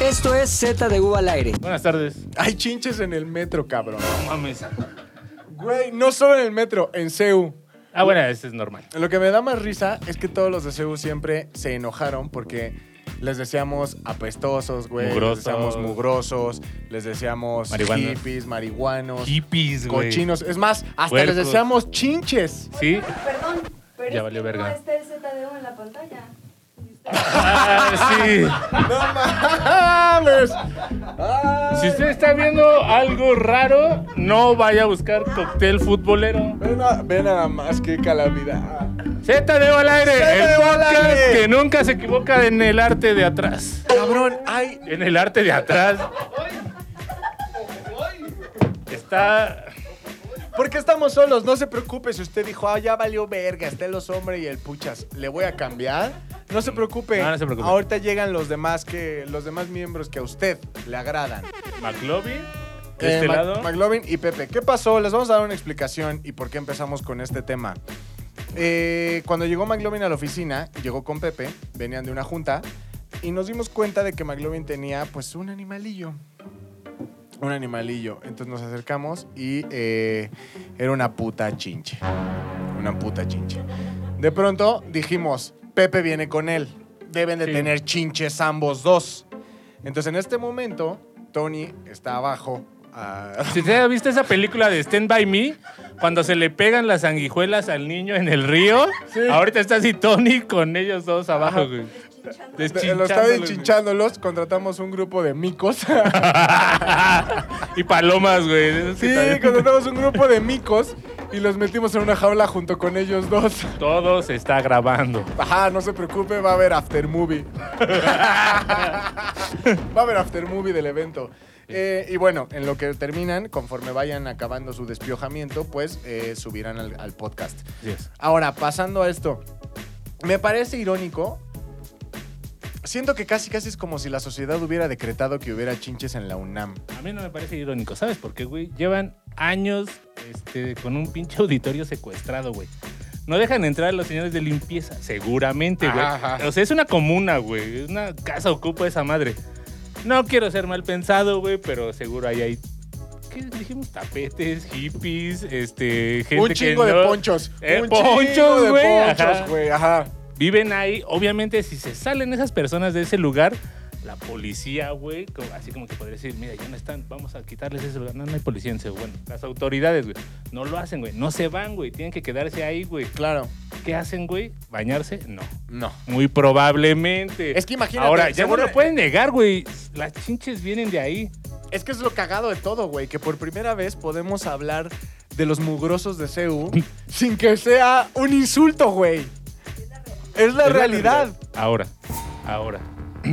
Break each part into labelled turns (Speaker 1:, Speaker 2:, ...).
Speaker 1: Esto es Z de U al aire.
Speaker 2: Buenas tardes.
Speaker 3: Hay chinches en el metro, cabrón.
Speaker 2: No mames.
Speaker 3: Güey, no solo en el metro, en CEU.
Speaker 2: Ah, bueno, ese es normal.
Speaker 3: Lo que me da más risa es que todos los de CEU siempre se enojaron porque les decíamos apestosos, güey.
Speaker 2: Mugrosos.
Speaker 3: Les decíamos mugrosos, les decíamos
Speaker 2: Marihuanos.
Speaker 3: hippies, marihuanos,
Speaker 2: Hippies, güey.
Speaker 3: cochinos. Es más, hasta
Speaker 2: Puercos.
Speaker 3: les decíamos chinches.
Speaker 2: Sí.
Speaker 4: Perdón, pero
Speaker 2: Ya
Speaker 4: es
Speaker 2: valió
Speaker 4: que
Speaker 2: verga.
Speaker 4: no está el ZDU en la pantalla.
Speaker 2: Ah, sí.
Speaker 3: ¡No mames!
Speaker 2: Si usted está viendo algo raro, no vaya a buscar cóctel futbolero.
Speaker 3: Ve na- ve nada más que calamidad.
Speaker 2: Z de al aire,
Speaker 3: Z
Speaker 2: el
Speaker 3: de O al
Speaker 2: podcast
Speaker 3: aire.
Speaker 2: que nunca se equivoca en el arte de atrás.
Speaker 3: Cabrón, hay
Speaker 2: En el arte de atrás. Está.
Speaker 3: Porque estamos solos, no se preocupe si usted dijo, ah, ya valió verga, está el hombre y el puchas, le voy a cambiar. No se preocupe.
Speaker 2: No, no se preocupe.
Speaker 3: Ahorita llegan los demás que los demás miembros que a usted le agradan.
Speaker 2: McLovin. De este
Speaker 3: Eh, Mac-
Speaker 2: lado.
Speaker 3: McLovin y Pepe. ¿Qué pasó? Les vamos a dar una explicación y por qué empezamos con este tema. Eh, cuando llegó McLovin a la oficina, llegó con Pepe, venían de una junta y nos dimos cuenta de que McLovin tenía pues un animalillo. Un animalillo. Entonces nos acercamos y eh, era una puta chinche. Una puta chinche. De pronto dijimos, Pepe viene con él. Deben de
Speaker 2: Sí.
Speaker 3: tener chinches ambos dos. Entonces en este momento, Tony está abajo. ah,
Speaker 2: Si te has visto esa película de Stand By Me, cuando se le pegan las sanguijuelas al niño en el río, ahorita está así Tony con ellos dos abajo, güey.
Speaker 4: Chinchando.
Speaker 3: lo
Speaker 2: Deschinchándole,
Speaker 3: está
Speaker 2: güey.
Speaker 3: deshinchándolos. Contratamos un grupo de micos.
Speaker 2: y palomas, güey. esos que
Speaker 3: Sí,
Speaker 2: también-
Speaker 3: contratamos un grupo de micos y los metimos en una jaula junto con ellos dos.
Speaker 2: Todo se está grabando.
Speaker 3: Ajá, no se preocupe, va a haber after movie. va a haber after movie del evento. Eh, y bueno, en lo que terminan, conforme vayan acabando su despiojamiento, pues eh, subirán al, al podcast.
Speaker 2: Así es.
Speaker 3: Ahora, pasando a esto, me parece irónico. Siento que casi casi es como si la sociedad hubiera decretado que hubiera chinches en la UNAM.
Speaker 2: A mí no me parece irónico, ¿sabes? Porque, güey, llevan años este, con un pinche auditorio secuestrado, güey. No dejan entrar a los señores de limpieza, seguramente, güey.
Speaker 3: Ajá, ajá.
Speaker 2: O sea, es una comuna, güey. Es una casa ocupa esa madre. No quiero ser mal pensado, güey, pero seguro ahí hay. ¿Qué dijimos? Tapetes, hippies, este. Gente
Speaker 3: un
Speaker 2: que
Speaker 3: chingo de
Speaker 2: no-
Speaker 3: ponchos.
Speaker 2: Eh,
Speaker 3: un chingo
Speaker 2: ponchos,
Speaker 3: de
Speaker 2: güey. ajá.
Speaker 3: ponchos, güey. Ajá.
Speaker 2: Viven ahí. Obviamente, si se salen esas personas de ese lugar, la policía, güey, co- así como que podría decir, mira, ya no están, vamos a quitarles ese lugar. No, no hay policía en ese, bueno, las autoridades, güey, no lo hacen, güey, no se van, güey, tienen que quedarse ahí, güey.
Speaker 3: Claro.
Speaker 2: ¿Qué hacen, güey? ¿Bañarse? No.
Speaker 3: No.
Speaker 2: Muy probablemente.
Speaker 3: Es que imagínate,
Speaker 2: Ahora, ya no
Speaker 3: seguro-
Speaker 2: lo pueden negar, güey. Las chinches vienen de ahí.
Speaker 3: Es que es lo cagado de todo, güey, que por primera vez podemos hablar de los mugrosos de CEU sin que sea un insulto, güey. Es la
Speaker 2: Es
Speaker 3: realidad.
Speaker 2: Ahora, ahora.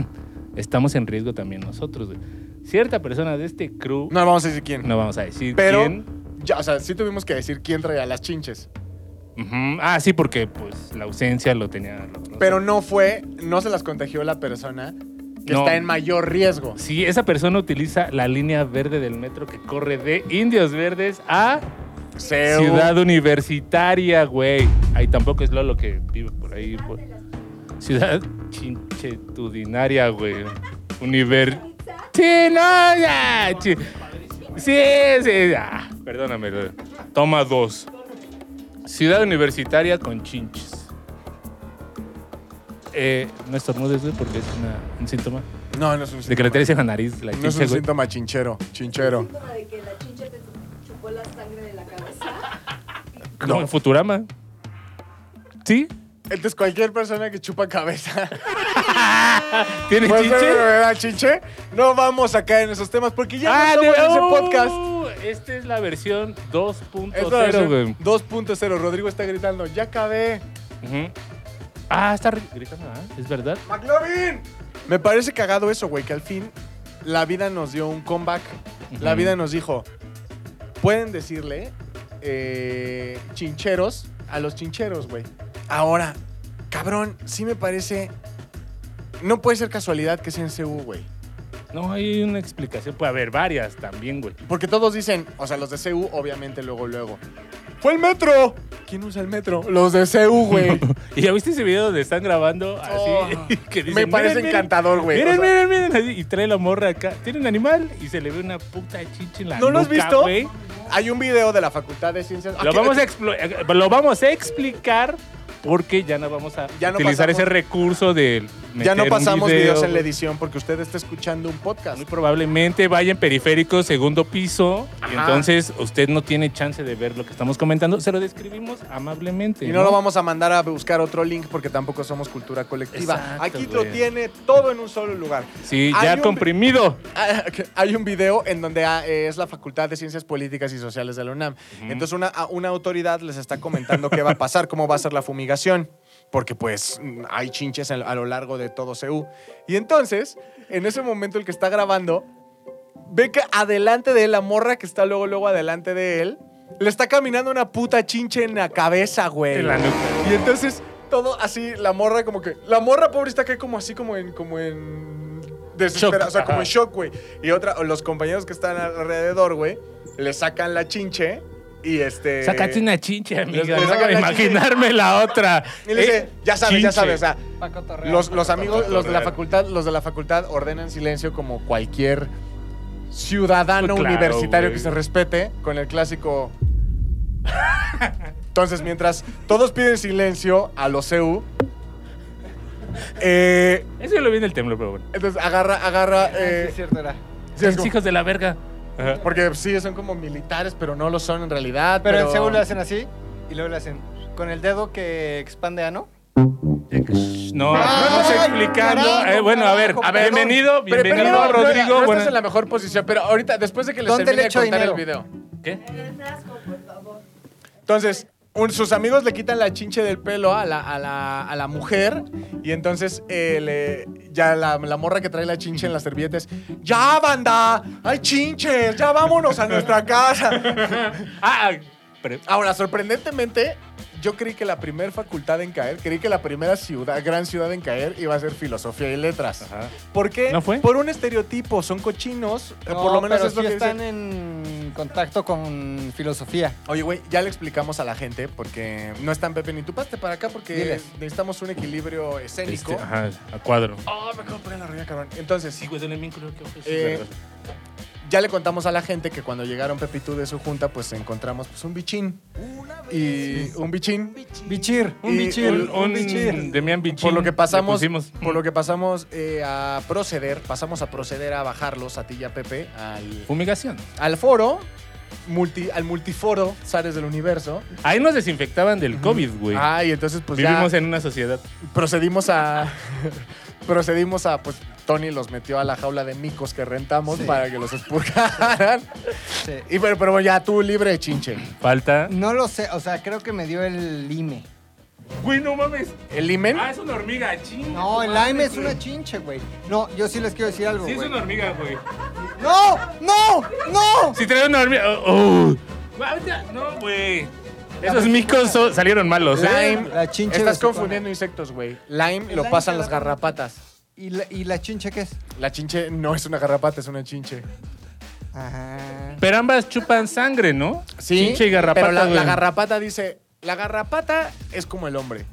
Speaker 2: Estamos en riesgo también nosotros, güey. Cierta persona de este crew, no,
Speaker 3: No vamos a decir quién.
Speaker 2: vamos a decir
Speaker 3: Pero,
Speaker 2: quién.
Speaker 3: ya, o sea, sí tuvimos que decir quién traía las chinches.
Speaker 2: Ujú. Ah, sí, porque pues la ausencia lo tenía. lo- lo-
Speaker 3: Pero no fue, no se las contagió la persona que
Speaker 2: No.
Speaker 3: está en mayor riesgo.
Speaker 2: Sí, esa persona utiliza la línea verde del metro que corre de Indios Verdes a
Speaker 3: CEU.
Speaker 2: Ciudad Universitaria, güey. Ahí tampoco es Lolo que vive por ahí. por- Ciudad Chinchetudinaria, güey. Univer... Sí, no, ya. chi- Sí, sí, ya. Perdóname. Lolo. Toma dos. Ciudad Universitaria con chinches. Eh, no estornudes, güey, porque es una- un síntoma.
Speaker 3: No, no es un
Speaker 2: De que le
Speaker 3: síntoma.
Speaker 2: traes en la nariz la
Speaker 3: No es
Speaker 2: chinche,
Speaker 3: un
Speaker 2: güey.
Speaker 3: síntoma chinchero, chinchero.
Speaker 4: Síntoma de que la chincha te chupó la sangre de la cabeza.
Speaker 2: Como en Futurama. ¿Sí?
Speaker 3: Entonces cualquier persona que chupa cabeza
Speaker 2: ¿Tiene
Speaker 3: puede ser
Speaker 2: chinche?
Speaker 3: una verdadera chinche. No vamos a caer en esos temas porque ya
Speaker 2: Ah,
Speaker 3: no
Speaker 2: de-
Speaker 3: somos ese
Speaker 2: oh,
Speaker 3: podcast.
Speaker 2: Esta es la versión
Speaker 3: Es la
Speaker 2: 2.0, güey.
Speaker 3: versión 2.0. Rodrigo está gritando, ya acabé.
Speaker 2: Ujú. Ah, está ri- gritando, ¿ah? ¿Es verdad?
Speaker 3: ¡McLovin! Me parece cagado eso, güey, que al fin la vida nos dio un comeback. La
Speaker 2: Ujú.
Speaker 3: vida nos dijo, pueden decirle eh, chincheros a los chincheros, güey. Ahora, cabrón, sí me parece... No puede ser casualidad que sea en CU, güey.
Speaker 2: No, hay una explicación. Puede haber varias también, güey.
Speaker 3: Porque todos dicen, o sea, los de CU, obviamente, luego, luego. ¡Fue el metro! ¿Quién usa el metro? Los de CEU, güey.
Speaker 2: ¿Y ya viste ese video donde están grabando así?
Speaker 3: Oh,
Speaker 2: que dicen,
Speaker 3: Me parece
Speaker 2: "Miren, miren,
Speaker 3: encantador, güey.
Speaker 2: Miren,
Speaker 3: O sea,
Speaker 2: miren, miren, así, y trae la morra acá. Tiene un animal y se le ve una puta chicha en la
Speaker 3: ¿No lo has
Speaker 2: nuca,
Speaker 3: visto? Ah,
Speaker 2: güey.
Speaker 3: Hay un video de la Facultad de Ciencias.
Speaker 2: Lo
Speaker 3: Aquí-
Speaker 2: vamos, a explo- eh, lo vamos a explicar porque ya no vamos a
Speaker 3: Ya no
Speaker 2: utilizar
Speaker 3: pasamos-
Speaker 2: ese recurso de
Speaker 3: Ya
Speaker 2: meter
Speaker 3: no
Speaker 2: un
Speaker 3: pasamos
Speaker 2: video,
Speaker 3: videos en la
Speaker 2: güey.
Speaker 3: edición porque usted está escuchando un podcast.
Speaker 2: Muy probablemente vaya en periférico, segundo piso, y
Speaker 3: Ajá.
Speaker 2: entonces usted no tiene chance de ver lo que estamos comentando. Se lo describimos amablemente.
Speaker 3: Y no lo vamos a mandar a buscar otro link porque tampoco somos cultura colectiva.
Speaker 2: Exacto,
Speaker 3: Aquí
Speaker 2: güey.
Speaker 3: lo tiene todo en un solo lugar.
Speaker 2: Sí,
Speaker 3: Hay
Speaker 2: ya
Speaker 3: un-
Speaker 2: comprimido.
Speaker 3: Ah, ok. Hay un video en donde ah, eh, es la Facultad de Ciencias Políticas y Sociales de la UNAM. Entonces una, a- una autoridad les está comentando qué va a pasar, cómo va a ser la fumigación, porque pues mm, hay chinches en- a lo largo de todo CEU. Y entonces, en ese momento el que está grabando, ve que adelante de él, la morra que está luego, luego adelante de él, le está caminando una puta chinche en la cabeza, güey.
Speaker 2: En la nuca.
Speaker 3: Y entonces todo así, la morra como que... La morra pobre está que como así, como en... Como en desespera-
Speaker 2: Shock.
Speaker 3: o sea, como en
Speaker 2: Ajá.
Speaker 3: shock, güey. Y otra, o los compañeros que están alrededor, güey, le sacan la chinche y este...
Speaker 2: Sácate una chinche, amiga.
Speaker 3: le
Speaker 2: no
Speaker 3: sacan
Speaker 2: voy a
Speaker 3: la chinche.
Speaker 2: imaginarme la otra.
Speaker 3: Y le dice,
Speaker 2: Eh,
Speaker 3: ya sabes,
Speaker 2: chinche.
Speaker 3: ya sabes, o sea,
Speaker 1: Paco Torreal.
Speaker 3: los, los amigos, los de la
Speaker 2: Torreal.
Speaker 3: facultad, los de la facultad ordenan silencio como cualquier ciudadano
Speaker 2: Pues claro,
Speaker 3: universitario
Speaker 2: güey.
Speaker 3: que se respete con el clásico. Entonces, mientras todos piden silencio a los CEU, eh,
Speaker 2: Eso ya lo vi en el temblor, pero bueno.
Speaker 3: entonces agarra, agarra. eh,
Speaker 1: es cierto, era.
Speaker 3: sí, es
Speaker 2: Los
Speaker 3: como-
Speaker 2: hijos de la verga. Ajá.
Speaker 3: porque sí, son como militares, pero no lo son en realidad.
Speaker 5: Pero en Seúl lo hacen así y luego lo hacen con el dedo que expande ano.
Speaker 2: No, estamos explicando.
Speaker 5: carajo,
Speaker 2: Eh, bueno, a ver,
Speaker 5: carajo,
Speaker 3: perdón.
Speaker 2: bienvenido,
Speaker 3: Pero
Speaker 2: bienvenido,
Speaker 3: primero, no,
Speaker 2: Rodrigo.
Speaker 3: No,
Speaker 2: bueno,
Speaker 3: estás en la mejor posición, pero ahorita, después de que les
Speaker 5: ¿Dónde
Speaker 3: termine
Speaker 5: le
Speaker 3: de
Speaker 5: echo
Speaker 3: contar el
Speaker 5: dinero?
Speaker 3: video.
Speaker 2: ¿Qué?
Speaker 4: El frasco, por favor.
Speaker 3: Entonces, un- sus amigos le quitan la chinche del pelo a la, a la- a la mujer y entonces eh, le- ya la, la morra que trae la chinche en las servilletas, ya banda, hay chinches, ya vámonos a nuestra casa.
Speaker 2: Ah, pre-
Speaker 3: Ahora, sorprendentemente, yo creí que la primera facultad en caer, creí que la primera ciudad, gran ciudad en caer iba a ser filosofía y letras.
Speaker 2: Ajá.
Speaker 3: ¿Por qué?
Speaker 2: ¿No fue?
Speaker 3: Por un estereotipo, son cochinos, eh,
Speaker 5: No,
Speaker 3: por lo menos
Speaker 5: pero
Speaker 3: es lo
Speaker 5: sí
Speaker 3: que
Speaker 5: están
Speaker 3: dicen.
Speaker 5: en contacto con filosofía.
Speaker 3: Oye, güey, ya le explicamos a la gente porque no están Pepe ni tu paste para acá porque
Speaker 5: Diles.
Speaker 3: necesitamos un equilibrio escénico.
Speaker 2: este, ajá, a cuadro.
Speaker 3: Oh, me compré la reina, cabrón. Entonces,
Speaker 2: Sí, güey, duele bien creo que ojos,
Speaker 3: Eh,
Speaker 2: es verdad.
Speaker 3: ya le contamos a la gente que cuando llegaron Pepe y tú de su junta, pues encontramos pues, un bichín. Y un bichín.
Speaker 5: Bichir, un
Speaker 3: Y
Speaker 5: bichir,
Speaker 2: un, un
Speaker 5: un bichir.
Speaker 2: Demian Bichir.
Speaker 3: Por lo que pasamos,
Speaker 2: le pusimos.
Speaker 3: por lo que pasamos eh, a proceder, pasamos a proceder a bajarlos a ti y a Pepe al,
Speaker 2: Fumigación.
Speaker 3: al foro, multi- al multiforo, Zares del Universo.
Speaker 2: Ahí nos desinfectaban del COVID, güey.
Speaker 3: Ah, y entonces pues ya-
Speaker 2: Vivimos en una sociedad.
Speaker 3: procedimos a procedimos a pues Tony los metió a la jaula de micos que rentamos
Speaker 5: Sí.
Speaker 3: para que los expurgaran.
Speaker 5: Sí.
Speaker 3: Y pero, pero ya tú libre de chinche.
Speaker 2: Falta.
Speaker 5: No lo sé, o sea, creo que me dio el E. lime.
Speaker 2: Güey, no mames.
Speaker 3: El limen
Speaker 2: Ah, es una hormiga, chinga.
Speaker 5: No, el
Speaker 3: E
Speaker 5: lime es una chinche, güey. No, yo sí les quiero decir algo,
Speaker 2: Sí, es
Speaker 5: güey.
Speaker 2: una hormiga, güey.
Speaker 5: ¡No! ¡No! ¡No!
Speaker 2: Si trae una hormiga. oh, oh. Ahorita- No, güey. Esos micos so- salieron malos, ¿eh?
Speaker 3: lime.
Speaker 5: La chinche
Speaker 3: Estás
Speaker 5: besucona.
Speaker 3: confundiendo insectos, güey. Lime
Speaker 5: El
Speaker 3: lo
Speaker 5: lime
Speaker 3: pasan
Speaker 5: se
Speaker 3: las
Speaker 5: la-
Speaker 3: garrapatas.
Speaker 5: ¿Y la, ¿Y la chinche qué es?
Speaker 3: La chinche no es una garrapata, es una chinche.
Speaker 5: Ajá.
Speaker 2: Pero ambas chupan sangre, ¿no? Chinche y garrapata.
Speaker 3: Pero la, la
Speaker 2: güey.
Speaker 3: garrapata dice, la garrapata es como el hombre.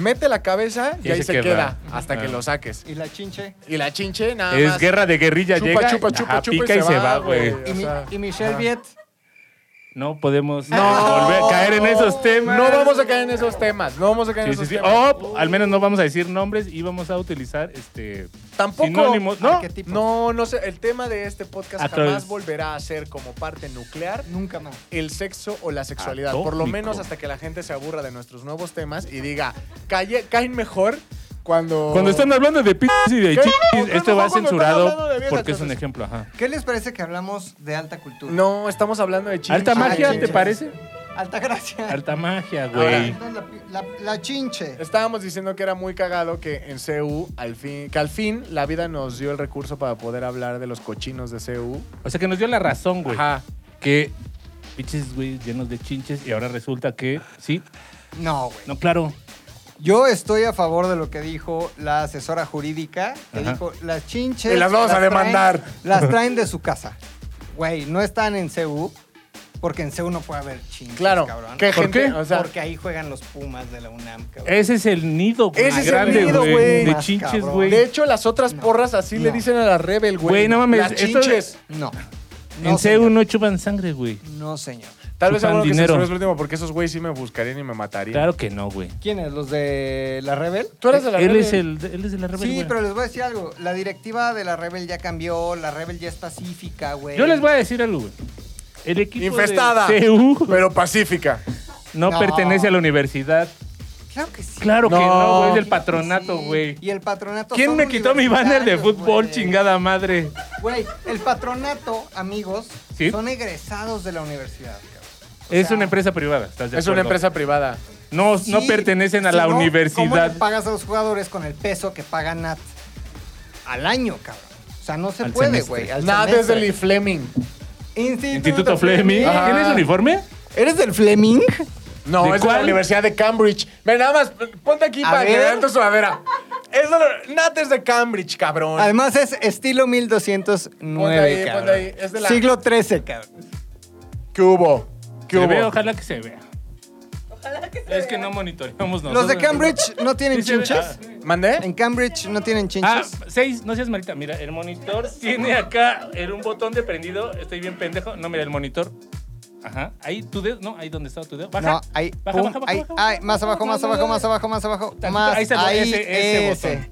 Speaker 3: Mete la cabeza y, ahí se, queda, hasta que
Speaker 2: Ah.
Speaker 3: lo saques.
Speaker 5: ¿Y la chinche?
Speaker 3: Y la chinche nada
Speaker 2: Es
Speaker 3: más.
Speaker 2: guerra de guerrilla,
Speaker 3: Chupa,
Speaker 2: llega,
Speaker 3: chupa, chupa,
Speaker 2: ajá,
Speaker 3: chupa y
Speaker 2: pica y se va, güey.
Speaker 5: ¿Y,
Speaker 3: O
Speaker 5: mi-
Speaker 3: sea,
Speaker 5: y Michelle
Speaker 3: ajá.
Speaker 5: Viet?
Speaker 2: No podemos eh, volver a caer en esos temas.
Speaker 3: No vamos a caer en esos temas. No vamos a caer en
Speaker 2: Sí, sí,
Speaker 3: esos
Speaker 2: sí.
Speaker 3: temas.
Speaker 2: O al menos no vamos a decir nombres y vamos a utilizar este
Speaker 3: Tampoco.
Speaker 2: sinónimos. No,
Speaker 5: Arquetipos.
Speaker 3: No, no sé. El tema de este podcast
Speaker 2: A través-
Speaker 3: jamás volverá a ser como parte nuclear
Speaker 5: Nunca más.
Speaker 3: el sexo o la sexualidad. Por lo
Speaker 2: Atómico.
Speaker 3: menos hasta que la gente se aburra de nuestros nuevos temas y diga, "Calle- caen mejor cuando.
Speaker 2: cuando están hablando de p y de
Speaker 3: ¿Qué?
Speaker 2: chichis, esto va
Speaker 3: ¿Cómo cuando están hablando
Speaker 2: censurado
Speaker 3: de viejas,
Speaker 2: porque es un
Speaker 3: entonces?
Speaker 2: ejemplo, ajá.
Speaker 5: ¿Qué les parece que hablamos de alta cultura?
Speaker 3: No, estamos hablando de chinches.
Speaker 2: Alta magia, ¿te
Speaker 5: chinches.
Speaker 2: parece?
Speaker 5: Alta gracia.
Speaker 2: Alta magia,
Speaker 5: Ahora,
Speaker 2: güey.
Speaker 5: entonces, la, la- la chinche.
Speaker 3: Estábamos diciendo que era muy cagado que en CU, al fin, que al fin la vida nos dio el recurso para poder hablar de los cochinos de CU.
Speaker 2: O sea que nos dio la razón, güey. Que pinches, güey, llenos de chinches y ahora resulta que sí.
Speaker 5: No, güey.
Speaker 2: No, claro.
Speaker 5: Yo estoy a favor de lo que dijo la asesora jurídica, que
Speaker 2: Ajá.
Speaker 5: dijo, las chinches...
Speaker 3: Y las vamos a demandar.
Speaker 5: Traen, las traen de su casa. Güey, no están en CU, Porque en C1 puede haber chingas,
Speaker 3: Claro.
Speaker 5: cabrón.
Speaker 3: ¿Qué
Speaker 2: ¿Por
Speaker 3: gente?
Speaker 2: qué?
Speaker 3: O sea,
Speaker 5: porque ahí juegan los Pumas de la UNAM, cabrón.
Speaker 2: Ese es el nido, güey.
Speaker 3: Ese
Speaker 5: es el
Speaker 2: grande,
Speaker 5: nido,
Speaker 3: güey.
Speaker 2: De
Speaker 5: Más
Speaker 2: chinches,
Speaker 5: cabrón.
Speaker 2: güey.
Speaker 3: de hecho, las otras porras así le
Speaker 5: No.
Speaker 3: dicen a la Rebel, güey.
Speaker 2: Güey, no mames,
Speaker 3: Las
Speaker 2: esto-
Speaker 3: chinches.
Speaker 5: No.
Speaker 2: En
Speaker 5: No, señor.
Speaker 2: C1 chupan sangre, güey.
Speaker 5: No, señor.
Speaker 3: Tal vez
Speaker 2: chupan
Speaker 3: alguno que se
Speaker 2: dinero.
Speaker 3: subió es el último, porque esos güeyes sí me buscarían y me matarían.
Speaker 2: Claro que no, güey.
Speaker 5: ¿Quiénes? ¿Los de la Rebel?
Speaker 3: Tú eres de la
Speaker 2: él,
Speaker 3: Rebel.
Speaker 2: es el, él es de la rebel,
Speaker 5: Sí,
Speaker 2: güey.
Speaker 5: pero les voy a decir algo. La directiva de la Rebel ya cambió, la Rebel ya es pacífica, güey.
Speaker 2: Yo les voy a decir algo, güey. El equipo
Speaker 3: Infestada.
Speaker 2: de CU
Speaker 3: Pero pacífica.
Speaker 2: no,
Speaker 5: No.
Speaker 2: pertenece a la universidad.
Speaker 5: Claro que sí.
Speaker 2: Claro que
Speaker 3: No.
Speaker 2: no, güey. Es
Speaker 5: Claro
Speaker 2: del
Speaker 5: que
Speaker 2: patronato,
Speaker 5: sí.
Speaker 2: güey.
Speaker 5: Y el patronato.
Speaker 2: ¿Quién
Speaker 5: son
Speaker 2: me quitó mi banner de
Speaker 5: universitarios,
Speaker 2: fútbol,
Speaker 5: güey?
Speaker 2: chingada madre?
Speaker 5: Güey, el patronato, amigos,
Speaker 2: ¿Sí?
Speaker 5: son egresados de la universidad, cabrón. O
Speaker 2: Es
Speaker 5: sea,
Speaker 2: una empresa privada, ¿estás de
Speaker 3: Es una
Speaker 2: acuerdo?
Speaker 3: empresa privada.
Speaker 2: No, no
Speaker 5: sí,
Speaker 2: pertenecen a
Speaker 5: si
Speaker 2: la
Speaker 5: no, ¿Cómo le
Speaker 2: universidad.
Speaker 5: pagas a los jugadores con el peso que paga Nat al año, cabrón? O sea, no se
Speaker 2: Al
Speaker 5: puede,
Speaker 2: semestre.
Speaker 5: güey. al
Speaker 3: Nada, desde
Speaker 5: semestre.
Speaker 3: el Fleming.
Speaker 5: Instituto,
Speaker 2: Instituto Fleming.
Speaker 3: Ajá.
Speaker 2: ¿Tienes uniforme?
Speaker 5: ¿Eres del Fleming?
Speaker 3: No,
Speaker 2: ¿De
Speaker 3: es de la
Speaker 2: cuál?
Speaker 3: Universidad de Cambridge. Ven, nada más, ponte aquí
Speaker 5: A
Speaker 3: para que
Speaker 5: ver.
Speaker 3: vean tu sudadera. Es de la- Nat es de Cambridge, cabrón.
Speaker 5: Además es estilo 1209,
Speaker 3: Ponte ahí,
Speaker 5: cabrón.
Speaker 3: ponte ahí. Es de la-
Speaker 5: Siglo XIII, cabrón.
Speaker 3: ¿Qué hubo? ¿Qué
Speaker 2: Se
Speaker 3: hubo?
Speaker 2: ve, ojalá que se vea.
Speaker 4: Ojalá que se
Speaker 2: Es que
Speaker 4: vea.
Speaker 2: no monitoreamos nosotros.
Speaker 5: ¿Los de Cambridge no tienen
Speaker 2: Sí ah. se ve.
Speaker 5: chinches?
Speaker 3: ¿Mandé?
Speaker 5: ¿En Cambridge no tienen
Speaker 2: ¿Eh? Ah,
Speaker 5: chinches?
Speaker 2: seis, no seas malita. Mira, el monitor tiene acá en un botón de prendido. Estoy bien pendejo. No, mira, el monitor. Ajá. Ahí tu dedo. No, ahí donde estaba tu dedo. Baja.
Speaker 5: No, ahí.
Speaker 2: Baja,
Speaker 5: pum,
Speaker 2: baja, baja,
Speaker 5: ahí,
Speaker 2: baja,
Speaker 5: ay,
Speaker 2: baja,
Speaker 5: más
Speaker 2: baja,
Speaker 5: abajo, más
Speaker 2: baja,
Speaker 5: abajo, más
Speaker 2: baja.
Speaker 5: abajo, más abajo.
Speaker 2: Tantito,
Speaker 5: Más
Speaker 2: ahí se ve
Speaker 5: ahí,
Speaker 2: ese, ese
Speaker 5: ese.
Speaker 2: botón.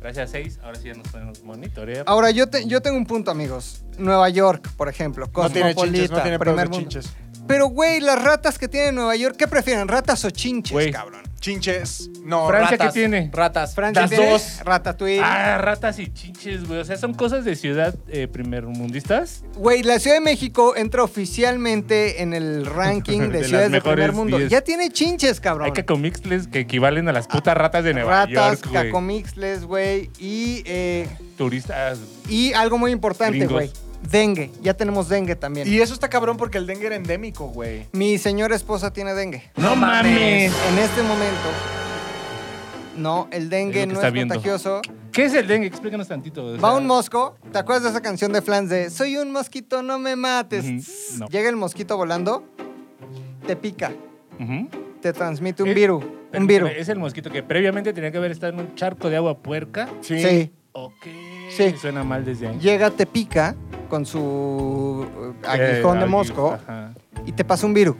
Speaker 2: Gracias, seis. Ahora sí ya nos ¿eh? podemos monitorear.
Speaker 5: Ahora, yo, te- yo tengo un punto, amigos. Nueva York, por ejemplo.
Speaker 3: No tiene
Speaker 5: Cosmopolita,
Speaker 3: chinches, no tiene pedos de
Speaker 5: primer mundo.
Speaker 3: chinches.
Speaker 5: Pero, güey, las ratas que tiene Nueva York, ¿qué prefieren? ¿Ratas o chinches,
Speaker 2: Güey.
Speaker 5: cabrón?
Speaker 3: Chinches. No,
Speaker 2: Francia,
Speaker 3: ratas.
Speaker 2: ¿qué tiene?
Speaker 3: Ratas.
Speaker 5: Francia
Speaker 3: Las
Speaker 5: tiene
Speaker 3: dos.
Speaker 5: Ratatouille.
Speaker 2: Ah, ratas y chiches, güey. O sea, son cosas de ciudad eh, primermundistas.
Speaker 5: Güey, la Ciudad de México entra oficialmente en el ranking de,
Speaker 2: De las
Speaker 5: ciudades de primer
Speaker 2: mejores
Speaker 5: mundo.
Speaker 2: 10.
Speaker 5: Ya tiene chinches, cabrón.
Speaker 2: Hay cacomixles que equivalen a las putas ratas de Nueva
Speaker 5: Ratas,
Speaker 2: York, güey.
Speaker 5: cacomixles, güey. Y, eh,
Speaker 2: Turistas.
Speaker 5: y algo muy importante,
Speaker 2: Gringos.
Speaker 5: güey. Dengue. Ya tenemos dengue también.
Speaker 3: Y eso está cabrón porque el dengue era endémico, güey.
Speaker 5: Mi señora esposa tiene dengue.
Speaker 2: ¡No mames!
Speaker 5: En este momento. No, el dengue
Speaker 2: Es lo que
Speaker 5: no
Speaker 2: está
Speaker 5: es
Speaker 2: viendo.
Speaker 5: contagioso.
Speaker 2: ¿Qué es el dengue? Explícanos tantito. o sea,
Speaker 5: Va un mosco. ¿Te acuerdas de esa canción de Flans de Soy un mosquito, no me mates?
Speaker 2: Ujú, no.
Speaker 5: Llega el mosquito volando, te pica,
Speaker 2: Ujú.
Speaker 5: te transmite un
Speaker 2: Eh,
Speaker 5: virus. Un
Speaker 2: Permíteme,
Speaker 5: virus.
Speaker 2: Es el mosquito que previamente tenía que haber estado en un charco de agua puerca.
Speaker 5: Sí.
Speaker 2: Ok.
Speaker 5: Sí.
Speaker 2: Suena mal desde ahí.
Speaker 5: Llega, te pica con su eh,
Speaker 2: Eh,
Speaker 5: aguijón de
Speaker 2: aguij-
Speaker 5: mosco
Speaker 2: ajá.
Speaker 5: y te pasa un virus.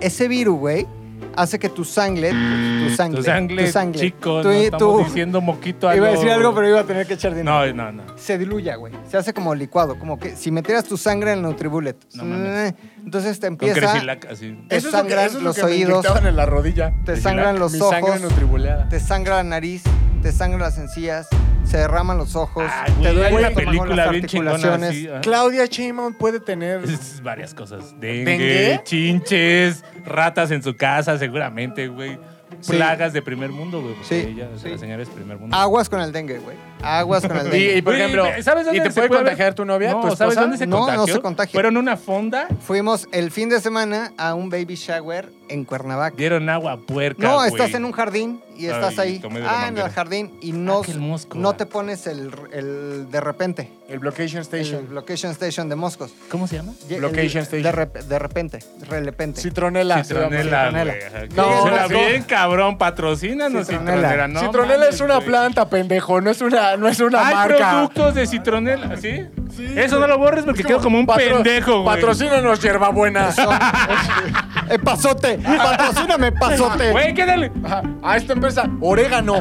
Speaker 5: Ese virus, güey, hace que tu sangre, tu sangre,
Speaker 2: Tu sangre,
Speaker 5: tu sangre,
Speaker 2: chico,
Speaker 5: tu-
Speaker 2: no estamos
Speaker 5: tu-
Speaker 2: diciendo moquito
Speaker 5: Iba a
Speaker 2: lo-
Speaker 5: decir algo, pero iba a tener que echar dinero.
Speaker 2: No, no, no.
Speaker 5: se diluya, güey. Se hace como licuado, como que si metieras tu sangre en el Nutribullet. Eh,
Speaker 2: No mames.
Speaker 5: Entonces te
Speaker 2: Con
Speaker 5: empieza,
Speaker 2: Cresilac, así.
Speaker 5: te
Speaker 3: Eso es lo que-
Speaker 5: sangran
Speaker 3: eso es lo
Speaker 5: los
Speaker 3: que me
Speaker 5: oídos,
Speaker 3: inyectaban en la rodilla.
Speaker 5: te
Speaker 2: Cresilac.
Speaker 5: sangran los
Speaker 3: Mi
Speaker 5: ojos,
Speaker 3: sangre nutribuleada.
Speaker 5: te sangra la nariz, te sangran las encías, se derraman los ojos,
Speaker 2: Ah,
Speaker 5: te
Speaker 2: güey,
Speaker 5: duele
Speaker 2: hay
Speaker 5: el
Speaker 2: una
Speaker 5: estómago,
Speaker 2: película
Speaker 5: las
Speaker 2: bien chingona
Speaker 5: articulaciones.
Speaker 2: así. ajá.
Speaker 3: Claudia Sheinbaum puede tener...
Speaker 2: Es varias cosas. Dengue,
Speaker 3: ¿Dengue?
Speaker 2: chinches, ratas en su casa, seguramente, güey.
Speaker 5: Sí.
Speaker 2: Plagas de primer mundo, güey. porque
Speaker 5: Sí,
Speaker 2: Ella, o sea,
Speaker 5: sí.
Speaker 2: La señora es primer mundo.
Speaker 5: Aguas con el dengue, güey. Aguas con el
Speaker 3: Y, y
Speaker 5: dengue.
Speaker 3: por
Speaker 2: Güey,
Speaker 3: ejemplo,
Speaker 2: ¿sabes dónde
Speaker 3: ¿y te
Speaker 2: se
Speaker 3: puede,
Speaker 2: haber-
Speaker 3: contagiar tu novia,
Speaker 2: No,
Speaker 3: tu esposa?
Speaker 2: ¿sabes dónde se
Speaker 5: No, no
Speaker 2: contagió?
Speaker 5: se contagia.
Speaker 2: Fueron a una fonda,
Speaker 5: Fuimos el fin de semana a un baby shower en Cuernavaca.
Speaker 2: dieron agua puerca,
Speaker 5: No,
Speaker 2: güey.
Speaker 5: estás en un jardín y estás
Speaker 2: Ay,
Speaker 5: ahí.
Speaker 2: tomé de la
Speaker 5: Ah, en el
Speaker 2: manguera.
Speaker 5: jardín y no,
Speaker 2: Ah, que el mosco,
Speaker 5: no
Speaker 2: güey.
Speaker 5: te pones el, el de repente.
Speaker 3: El Blockation
Speaker 5: Station.
Speaker 3: Station.
Speaker 5: Location Station de Moscos.
Speaker 2: ¿Cómo se llama?
Speaker 5: Ye-
Speaker 3: Location
Speaker 5: el-
Speaker 3: Station.
Speaker 5: De, rep- de repente, de repente.
Speaker 3: Citronela. se llama.
Speaker 2: Citronela,
Speaker 5: Citronela.
Speaker 2: güey. ajá.
Speaker 3: No,
Speaker 2: Citronela,
Speaker 3: sí.
Speaker 2: bien cabrón, patrocínanos
Speaker 5: Citronela.
Speaker 2: Citronela. No,
Speaker 3: Citronela
Speaker 2: mames,
Speaker 3: es una
Speaker 2: güey.
Speaker 3: planta, pendejo. No es una, no es una
Speaker 2: Hay
Speaker 3: marca.
Speaker 2: productos de Citronela, ¿sí?
Speaker 3: Sí,
Speaker 2: Eso no lo borres porque
Speaker 3: Es
Speaker 2: quedo como un
Speaker 3: patro-
Speaker 2: pendejo, güey.
Speaker 3: Patrocínanos, hierbabuena.
Speaker 5: Eh, pasote, patrocíname, pasote.
Speaker 2: Güey, quédale.
Speaker 3: Ajá, A esta empresa, orégano.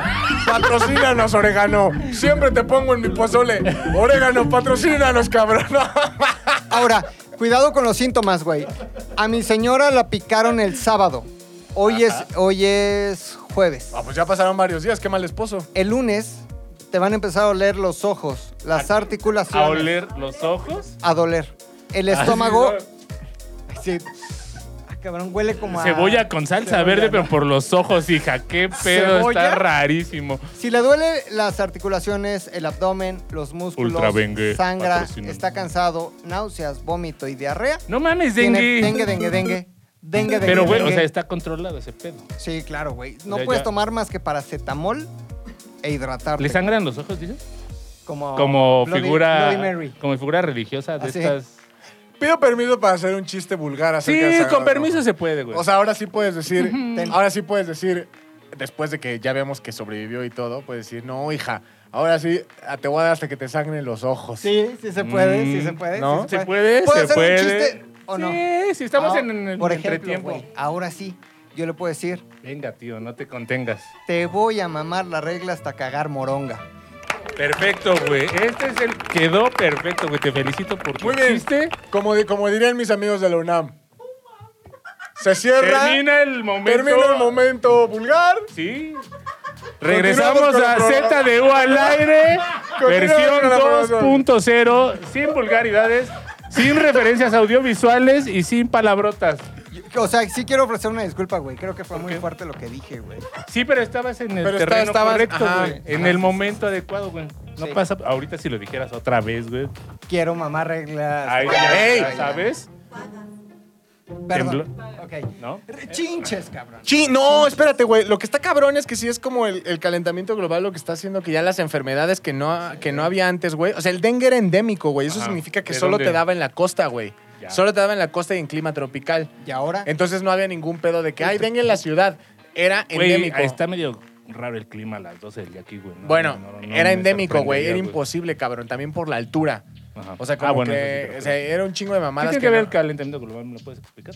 Speaker 3: Patrocínanos, orégano. Siempre te pongo en mi pozole. Orégano, patrocínanos, cabrón.
Speaker 5: Ahora, cuidado con los síntomas, güey. A mi señora la picaron el sábado. Hoy es, hoy es jueves.
Speaker 3: Ah, pues ya pasaron varios días. Qué mal esposo.
Speaker 5: El lunes te van a empezar a oler los ojos, las articulaciones.
Speaker 2: A oler los ojos.
Speaker 5: A doler. El
Speaker 2: Ah,
Speaker 5: estómago. Sí. Ah, cabrón, huele como a.
Speaker 2: Cebolla con salsa
Speaker 5: cebolla,
Speaker 2: verde,
Speaker 5: ¿no?
Speaker 2: pero por los ojos, hija. Qué pedo,
Speaker 5: ¿Cebolla?
Speaker 2: está rarísimo.
Speaker 5: Si le duele las articulaciones, el abdomen, los músculos,
Speaker 2: Ultra dengue,
Speaker 5: sangra,
Speaker 2: patrocínanos.
Speaker 5: está cansado, náuseas, vómito y diarrea.
Speaker 2: No mames,
Speaker 5: tiene
Speaker 2: dengue.
Speaker 5: Dengue, dengue, dengue. Dengue, dengue.
Speaker 2: Pero, güey, o
Speaker 5: dengue.
Speaker 2: sea, está controlado ese pedo.
Speaker 5: Sí, claro, güey. No
Speaker 2: O sea,
Speaker 5: puedes
Speaker 2: ya-
Speaker 5: tomar más que paracetamol e hidratarte.
Speaker 2: ¿Le sangran los ojos, dices?
Speaker 5: Como,
Speaker 2: Como
Speaker 5: Bloody-
Speaker 2: figura.
Speaker 5: Bloody Mary.
Speaker 2: Como figura religiosa de
Speaker 5: Así.
Speaker 2: estas.
Speaker 3: Pido permiso para hacer un chiste vulgar acerca de
Speaker 2: Sí,
Speaker 3: Sagrado
Speaker 2: con permiso
Speaker 3: Rojo.
Speaker 2: se puede, güey.
Speaker 3: O sea, ahora sí puedes decir,
Speaker 5: Ten.
Speaker 3: ahora sí puedes decir, después de que ya vemos que sobrevivió y todo, puedes decir, no, hija, ahora sí ah, te voy a dar hasta que te sangren los ojos.
Speaker 5: Sí, sí se puede,
Speaker 2: Mm,
Speaker 5: sí se puede.
Speaker 3: ¿no?
Speaker 5: sí
Speaker 2: se puede,
Speaker 5: ¿Puedo
Speaker 2: se
Speaker 5: hacer
Speaker 2: puede.
Speaker 5: un chiste o no?
Speaker 2: Sí, si estamos
Speaker 5: Ah,
Speaker 2: en, en el
Speaker 5: Por ejemplo,
Speaker 2: entretiempo.
Speaker 5: güey, ahora sí, yo le puedo decir,
Speaker 2: Venga, tío, no te contengas.
Speaker 5: te voy a mamar la regla hasta cagar moronga.
Speaker 2: Perfecto, güey. Este es el quedó perfecto, güey. Te felicito por tu
Speaker 3: Muy bien.
Speaker 2: chiste.
Speaker 3: Como, di- como dirían mis amigos de la UNAM. Se cierra.
Speaker 2: Termina el momento.
Speaker 3: termina el momento vulgar.
Speaker 2: Sí. Regresamos
Speaker 3: con el
Speaker 2: a
Speaker 3: programa.
Speaker 2: ZDU al aire,
Speaker 3: Continuamos
Speaker 2: versión
Speaker 3: con la programación.
Speaker 2: 2.0, sin vulgaridades, sin referencias audiovisuales y sin palabrotas.
Speaker 5: Yo- O sea, sí quiero ofrecer una disculpa, güey. Creo que fue muy fuerte lo que dije, güey.
Speaker 2: Sí, pero estabas en el
Speaker 3: Pero está-
Speaker 2: terreno
Speaker 3: estabas-
Speaker 2: correcto,
Speaker 3: ajá,
Speaker 2: güey. En
Speaker 5: ajá,
Speaker 2: el
Speaker 5: sí,
Speaker 2: momento adecuado, güey. No
Speaker 5: Sí.
Speaker 2: pasa. Ahorita si lo dijeras otra vez, güey.
Speaker 5: Quiero mamar reglas.
Speaker 2: Ahí, ya,
Speaker 3: Ey.
Speaker 2: ya, ¿Sabes?
Speaker 5: Perdón. Ok.
Speaker 2: ¿No?
Speaker 5: Re- Chinches, cabrón.
Speaker 3: Sí, no, espérate, güey. Lo que está cabrón es que sí es como el, el calentamiento global lo que está haciendo que ya las enfermedades que no, ha- que no había antes, güey. O sea, el dengue era endémico, güey. Eso
Speaker 2: Ajá.
Speaker 3: significa que
Speaker 2: ¿De
Speaker 3: solo
Speaker 2: dónde?
Speaker 3: te daba en la costa, güey.
Speaker 2: Ya.
Speaker 3: Solo te daba en la costa y en clima tropical.
Speaker 5: Y ahora,
Speaker 3: Entonces no había ningún pedo de que hay dengue en la ciudad. Era
Speaker 2: Güey,
Speaker 3: endémico.
Speaker 2: está medio raro el clima a las 12 del día aquí, güey. No,
Speaker 3: Bueno,
Speaker 2: no, no, no
Speaker 3: era
Speaker 2: me
Speaker 3: endémico, güey.
Speaker 2: sorprendería,
Speaker 3: Era imposible, cabrón. También por la altura.
Speaker 2: Ajá.
Speaker 3: O sea,
Speaker 2: Ah,
Speaker 3: como
Speaker 2: bueno, eso sí te
Speaker 3: que
Speaker 2: lo
Speaker 3: o sea,
Speaker 2: creo.
Speaker 3: era un chingo de
Speaker 2: ¿Qué
Speaker 3: mamadas.
Speaker 2: tiene que ver el
Speaker 3: no-
Speaker 2: calentamiento global? ¿Me lo puedes explicar?